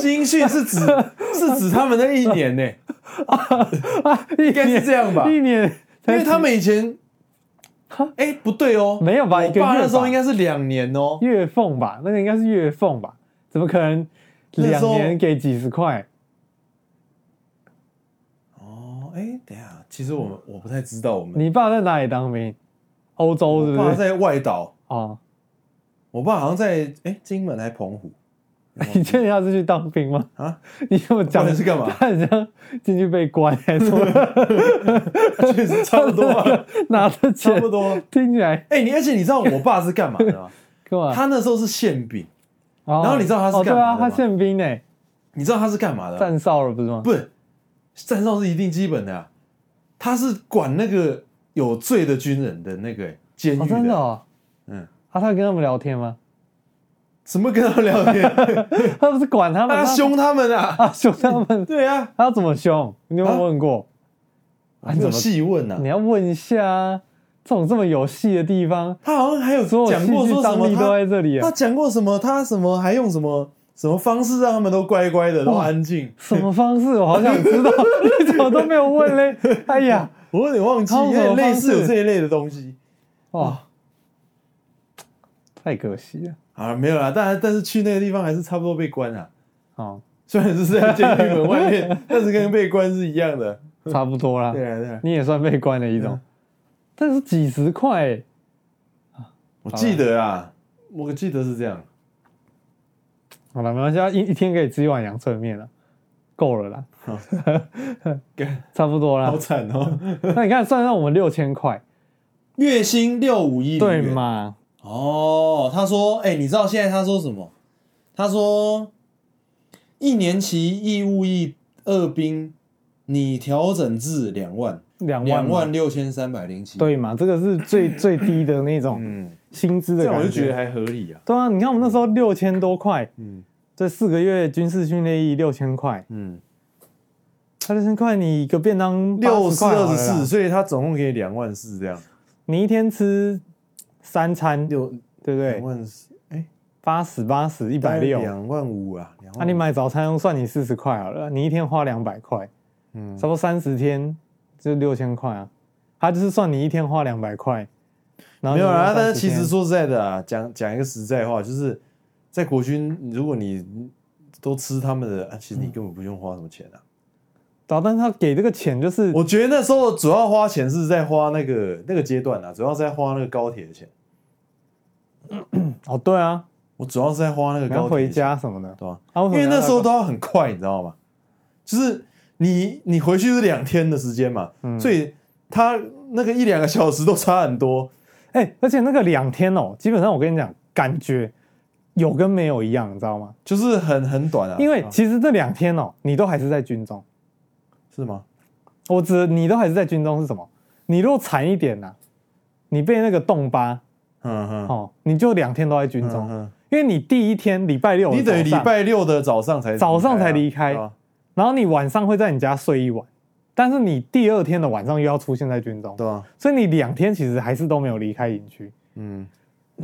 S4: 新训是指是指他们那一年呢、
S5: 啊，应
S4: 该是这样吧
S5: 一年才，
S4: 因为他们以前
S5: 哈，
S4: 哎、不对哦，
S5: 没有吧
S4: 我
S5: 一个月
S4: 爸那时候
S5: 吧
S4: 应该是两年哦，
S5: 月俸吧，那个应该是月俸吧？怎么可能
S4: 那
S5: 两
S4: 时候
S5: 年给几十块？
S4: 哦，哎、等一下，其实我我不太知道我们，
S5: 你爸在哪里当兵？欧洲是
S4: 我爸
S5: 不是？
S4: 在外岛，
S5: 哦，
S4: 我爸好像在哎、金门还澎湖
S5: 你确定他是去当兵吗？
S4: 啊，
S5: 你怎么讲
S4: 不
S5: 的
S4: 然是干嘛
S5: 他很像进去被关还是 什么？
S4: 确实差不多、啊，
S5: 拿着钱
S4: 差不多、
S5: 听起来
S4: 哎、你而且你知道我爸是干嘛的吗？
S5: 干嘛？
S4: 他那时候是宪兵，
S5: 然
S4: 然后你知道他是
S5: 哦，对
S4: 干嘛
S5: 啊，
S4: 的吗
S5: 他宪兵呢，
S4: 你知道他是干嘛的吗？
S5: 站哨了不是吗？
S4: 不是，站哨是一定基本的、啊，他是管那个有罪的军人的那个欸监狱
S5: 哦，真的哦，
S4: 嗯，
S5: 啊，他跟他们聊天吗？
S4: 什么跟他们聊 天？
S5: 他不是管他们，
S4: 他凶他们啊！
S5: 他凶他们，
S4: 对啊，
S5: 他要怎么凶？你有没有
S4: 啊
S5: 问过？啊
S4: 没有细问啊
S5: 你。要问一下啊，这种这么有戏的地方，
S4: 他好像还有
S5: 所有
S4: 讲
S5: 戏
S4: 过
S5: 剧
S4: 说什
S5: 张
S4: 么
S5: 力都
S4: 他
S5: 在这里
S4: 他
S5: 啊。
S4: 讲过什么他什么还用什么什么方式让他们都乖乖的都
S5: 哇
S4: 安静？
S5: 什么方式？我好想知 道，你怎么都没有问嘞？哎呀，
S4: 我有点忘记，
S5: 他用
S4: 有
S5: 什么
S4: 点类
S5: 方
S4: 似有
S5: 式
S4: 这一类的东西
S5: 哇，太可惜了。
S4: 啊，没有啦，但但是去那个地方还是差不多被关了。
S5: 哦，
S4: 虽然是在监狱门外面，但是跟被关是一样 的。
S5: 差不多啦。
S4: 对啊，嗯对啊，
S5: 你也算被关了一种，但是几十块欸、
S4: 我记得啊，我记得是这样。
S5: 好了，没关系啊，一一天可以吃一碗阳春面了，够了啦，
S4: 干
S5: 差不多啦
S4: 好。惨哦，
S5: 那你看，算上我们六千块，
S4: 月薪六五一，
S5: 对？嘛？
S4: 哦，他说，哎、你知道现在他说什么？他说，一年期义务役二兵，你调整至两万，
S5: 两万
S4: 两
S5: 嘛
S4: 万六千三百零七。，
S5: 对嘛？这个 是最最低的那种
S4: 嗯，
S5: 薪资的
S4: 这
S5: 感
S4: 样
S5: 觉。
S4: 我就觉得还合理啊。
S5: 对啊，你看我们那时候六千多块，
S4: 嗯
S5: 这四个月军事训练役六千块，
S4: 嗯，
S5: 六千块你一个便当
S4: 六
S5: 80
S4: 四
S5: 块好
S4: 二
S5: 了
S4: 十
S5: 啦
S4: 四，，所以他总共给两万四这样。
S5: 你一天吃三餐，对
S4: 六
S5: 不对
S4: 两？万四，哎，
S5: 八十八十一
S4: 一
S5: 百六，
S4: 两万五啊，两
S5: 那、
S4: 万
S5: 你
S4: 五。
S5: 买早餐算你四十块好了，你一天花两百块，
S4: 嗯
S5: 差不多三十天就六千块啊。他就是算你一天花两百块，然后
S4: 没有
S5: 啊
S4: 啦，，但是其实说实在的啊，讲讲一个实在话，就是在国军，如果你都吃他们的，啊、其实
S5: 嗯
S4: 你根本不用花什么钱啊。
S5: 对啊，但是他给这个钱就是
S4: 我觉得那时候主要花钱是在花那个那个阶段啊，主要是在花那个高铁的钱。
S5: 哦，对啊，
S4: 我主要是在花那个
S5: 你要
S4: 高铁
S5: 回
S4: 的钱
S5: 家什么的，
S4: 对吧、
S5: 啊为什
S4: 因
S5: 么
S4: 为那时候
S5: 要
S4: 都要很快，你知道吗？就是你你回去是两天的时间嘛，
S5: 嗯
S4: 所以他那个一两个小时都差很多。
S5: 哎、而且那个两天哦，基本上我跟你讲，感觉有跟没有一样，你知道吗？
S4: 就是很很短啊，
S5: 因为
S4: 啊
S5: 其实这两天哦，你都还是在军中，
S4: 是吗？
S5: 我指你都还是在军中是什么？你如果惨一点呐、你被那个冻疤
S4: 嗯哼，
S5: 哦，你就两天都在军中，
S4: 嗯
S5: 因为你第一天礼拜六
S4: 哼，
S5: 的
S4: 你等于礼
S5: 哦早上，
S4: 拜六的早上才离开啊
S5: 早上才离开
S4: 对吧
S5: 然后你晚上会在你家睡一晚，但是你第二天的晚上又要出现在军中，
S4: 对啊，
S5: 所以你两天其实还是都没有离开营区。
S4: 嗯，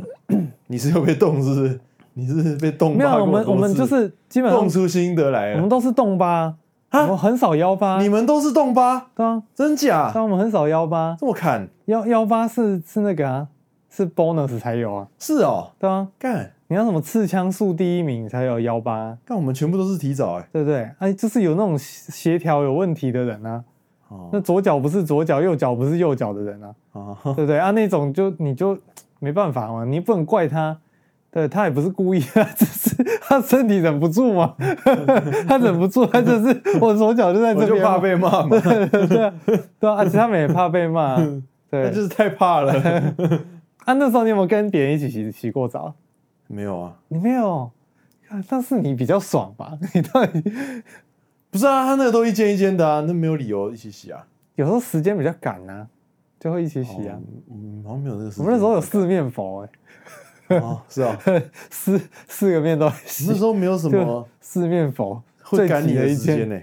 S4: 你是有被冻是不是？你是被冻
S5: 没有，
S4: 骂过
S5: 我们
S4: 多
S5: 我们
S4: 次
S5: 就是基本
S4: 冻
S5: 上
S4: 出心得来
S5: 我们
S4: 了。
S5: 都是冻疤，我
S4: 啊
S5: 们很少腰疤，
S4: 你们都是冻疤，
S5: 对啊。
S4: 真
S5: 但
S4: 假？
S5: 我们很少幺八，
S4: 这么砍
S5: 幺幺八是是那个啊，是 bonus 才有啊，
S4: 是哦，
S5: 对啊，
S4: 干
S5: 你要什么刺枪术第一名才有幺八，
S4: 干，我们全部都是提早哎。
S5: 对不对？哎，就是有那种协协调有问题的人啊，那
S4: 哦
S5: 左脚不是左脚，右脚不是右脚的人啊，
S4: 哦，
S5: 对不对？啊，那种就你就没办法嘛，你不能怪他。对他也不是故意啊， 只是他身体忍不住嘛， 他忍不住，他就是我左脚就在
S4: 我
S5: 这
S4: 就
S5: 边
S4: 怕
S5: 嘛，
S4: 被骂嘛，
S5: 对啊，对啊，而且他们也怕被 骂啊，对，
S4: 嗯那就是太怕了。
S5: 啊，那时候你有没有跟别人一起洗洗过澡？
S4: 没有啊，
S5: 你没有，啊但是你比较爽吧？ 你到底
S4: 不是啊，他那个都一间一间的啊，那没有理由一起洗啊。
S5: 有时候时间比较赶啊，就会一起洗啊
S4: 哦。，嗯，好像没有这个事。
S5: 我们那时候有四面佛、
S4: 哦，是 啊，
S5: 欸，四四个面都在洗
S4: 那，时候没有什
S5: 就
S4: 么
S5: 四面佛
S4: 会赶你
S5: 挤
S4: 的
S5: 一
S4: 时间欸
S5: 间，
S4: 呢，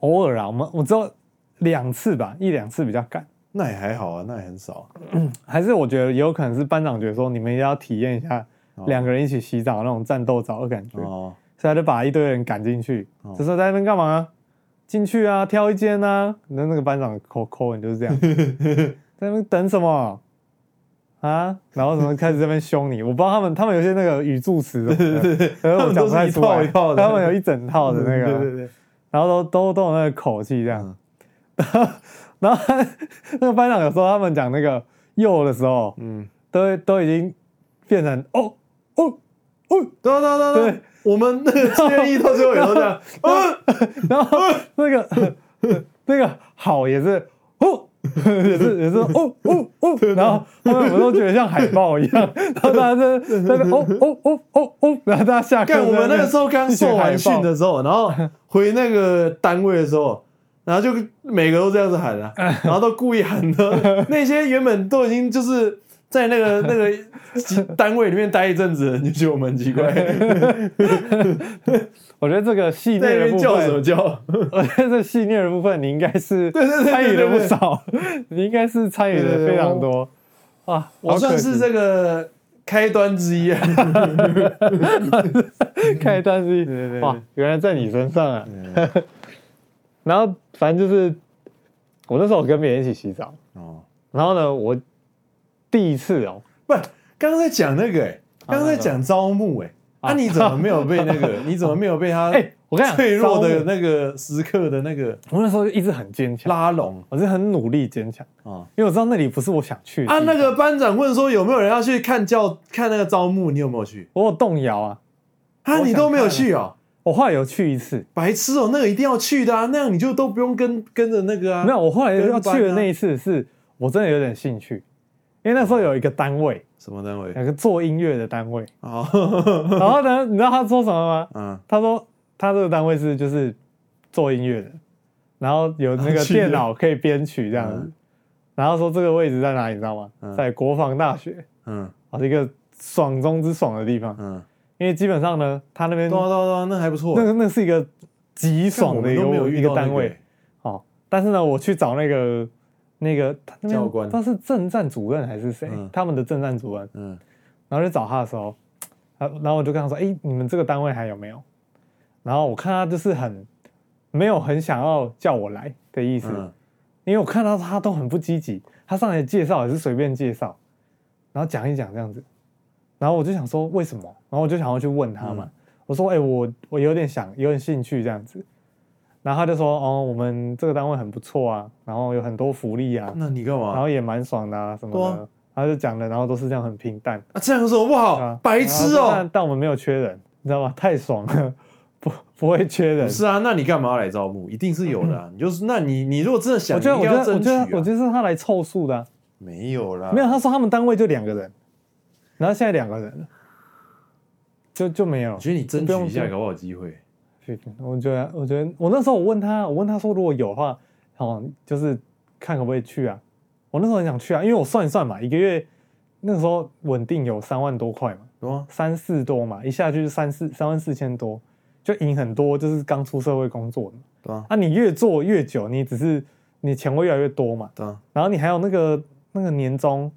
S5: 偶尔啊，我们我知道两次吧，一两次比较赶，
S4: 那也还好啊，那也很少啊。
S5: 还是我觉得也有可能是班长觉得说你们也要体验一下两个人一起洗澡那种战斗澡的感觉，
S4: 哦，
S5: 所以他就把一堆人赶进去。这时候在那边干嘛？进去啊，挑一间啊。那那个班长口口吻就是这样， 在那边等什么啊？然后什么开始在那边凶你？我不知道他们，他们有些那个语助词什 么的，可能我讲不太 出
S4: 他们
S5: 来
S4: 都是一套一套。的嗯
S5: 他们有一整套的那
S4: 对
S5: 个
S4: 对，对，
S5: 然后都都都有那个口气这样。 然后， 然后那个班长有时候他们讲那个右的时候，
S4: 嗯，
S5: 都会都已经变成哦哦哦
S4: 对啊对啊对啊
S5: 对
S4: 对，我们那个建议到最后也都这 样，嗯，
S5: 然后那个那个好也是哦，也是也是哦哦哦，然后后面我们都觉得像海豹一样，然后大家在那边哦哦哦哦哦，然后大家下课在
S4: 干
S5: 边，
S4: 我们那个时候刚受完训的时候，然后 回那个单位的时候，然后就每个都这样子喊 啊，然后都故意喊 的，那些原本都已经就是。在那 个那个集单位里面待一阵子的人，你就觉得我们很奇 怪，
S5: 我觉得这个戏
S4: 在
S5: 虐
S4: 那边
S5: 的部
S4: 叫什么
S5: 分，
S4: 叫？
S5: 我觉得这戏虐的部分你应该是
S4: 对对对对
S5: 参与的不
S4: 对对
S5: 少， 你应该是参与的非常多啊，
S4: 我
S5: 好可
S4: 算是
S5: 惜
S4: 这个开端之一啊。
S5: 开单是
S4: 对对
S5: 哇，原来在你身上啊。 然后反正就是我那时候跟别人一起洗澡，
S4: 哦，
S5: 然后呢，我第一次哦，
S4: 哎
S5: 啊
S4: 不，刚刚在讲那个、欸，刚刚在讲招募、欸，那你怎么没有 被那个？你怎么没有被他？
S5: 哎我跟你讲
S4: 脆弱的
S5: 招募
S4: 那个时刻的那个
S5: 我那时候就一直很坚强，
S4: 拉拢
S5: 我是很努力坚强，
S4: 啊
S5: 因为我知道那里不是我想去的
S4: 啊！
S5: 地
S4: 那
S5: 方
S4: 个班长问说有没有人要去看教看那个招募，你有没有去？
S5: 我有动摇啊，
S4: 啊，
S5: 我
S4: 你
S5: 想
S4: 都没有
S5: 看
S4: 去哦，
S5: 我后来有去一次，
S4: 白痴哦，那个一定要去的啊，那样你就都不用跟跟着那个啊。
S5: 没有，我后来要去
S4: 跟班
S5: 的
S4: 啊
S5: 那一次是我真的有点兴趣，因为那时候有一个单位，
S4: 什么单位
S5: 有个做音乐的单位，
S4: 哦，
S5: 然后呢，你知道他说什么吗？
S4: 嗯，
S5: 他说他这个单位是就是做音乐的，然后有那个
S4: 去
S5: 电脑可以编曲这样子
S4: 嗯，
S5: 然后说这个位置在哪里，你知道吗
S4: 嗯？
S5: 在国防大学，
S4: 嗯
S5: 啊，是一个爽中之爽的地方，
S4: 嗯，
S5: 因为基本上呢，他那边
S4: 对啊对啊对啊，那还不错。
S5: 那个那是一个极
S4: 干
S5: 爽
S4: 我
S5: 的
S4: 们
S5: 一
S4: 都没有
S5: 个
S4: 遇
S5: 一个
S4: 到那
S5: 单
S4: 个
S5: 位。
S4: 欸
S5: 哦，但是呢，我去找那个那个他那边
S4: 教官
S5: 他是政战主任还是谁？
S4: 嗯
S5: 他们的政战主任，
S4: 嗯
S5: 然后去找他的时候，啊，然后我就跟他说：“哎、你们这个单位还有没有？”然后我看他就是很没有很想要叫我来的意思，
S4: 嗯
S5: 因为我看到他都很不积极，他上来介绍也是随便介绍，然后讲一讲这样子，然后我就想说为什么，然后我就想要去问他
S4: 嗯
S5: 嘛，我说哎、我我有点想有点兴趣这样子，然后他就说哦我们这个单位很不错啊，然后有很多福利啊，
S4: 那你干
S5: 然
S4: 嘛？
S5: 后也蛮爽的啊什么
S4: 嗯对
S5: 的，他就讲了，然后都是这样很平淡，
S4: 啊，这样有什么不
S5: 对
S4: 好
S5: 啊？
S4: 白痴
S5: 然后但
S4: 哦！
S5: 但我们没有缺人，你知道吗？太爽了，不不会缺人
S4: 不，是啊，那你干嘛要来招募？一定是有的啊。你就是，那你你如果真的想，
S5: 嗯我觉得
S4: 你
S5: 我
S4: 应
S5: 觉
S4: 该要
S5: 得我
S4: 争取
S5: 觉
S4: 啊
S5: 得我觉得是他来凑数的啊、
S4: 没有啦，
S5: 没有，他说他们单位就两个人，然后现在两个人了，就就没有
S4: 我。觉得你争
S5: 不
S4: 取
S5: 用
S4: 一下，
S5: 争
S4: 搞不好有机会。
S5: 我觉得，我觉得，我那时候我问他，我问他说，如果有的话，哦，就是看可不可以去啊。我那时候很想去啊，因为我算一算嘛，一个月那个时候稳定有三万多块嘛，
S4: 对啊，
S5: 三四多嘛，一下就是三四三万四千多，就赢很多，就是刚出社会工作的嘛。
S4: 对啊，
S5: 啊，你越做越久，你只是你钱会越来越多嘛。
S4: 对啊，
S5: 然后你还有那个那个年终，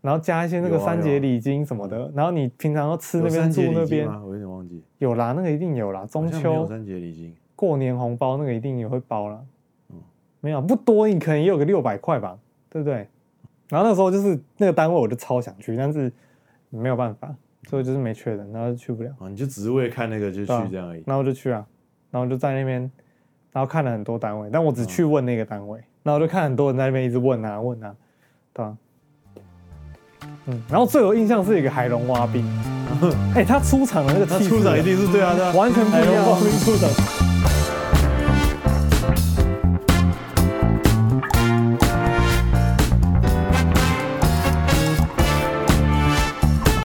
S5: 然后加一些那个
S4: 有啊
S5: 三
S4: 有啊
S5: 节礼金什么的，然后你平常要吃那
S4: 有
S5: 边
S4: 三
S5: 住
S4: 节
S5: 那
S4: 礼金
S5: 边
S4: 吗？我有点忘记，
S5: 有啦，那个一定有啦。
S4: 好
S5: 中
S4: 像没有
S5: 秋
S4: 三节礼金。
S5: 过年红包那个一定也会包啦。
S4: 嗯
S5: 没有啊不多，你可能也有个六百块吧，对不对？然后那时候就是那个单位我就超想去，但是没有办法，所以就是没缺人，然后就去不了。
S4: 啊，你就只是为了看那个就去
S5: 对啊
S4: 这样而已。
S5: 然后我就去啊，然后就在那边，然后看了很多单位，但我
S4: 嗯
S5: 只去问那个单位，然后我就看很多人在那边一直问啊问啊，对啊，嗯，然后最有印象是一个海龙 蛙兵，哎、他出场的那个
S4: 他
S5: 气势啊，
S4: 出场一定是对啊，对啊，
S5: 完全不一样啊
S4: 海龙暴兵出场，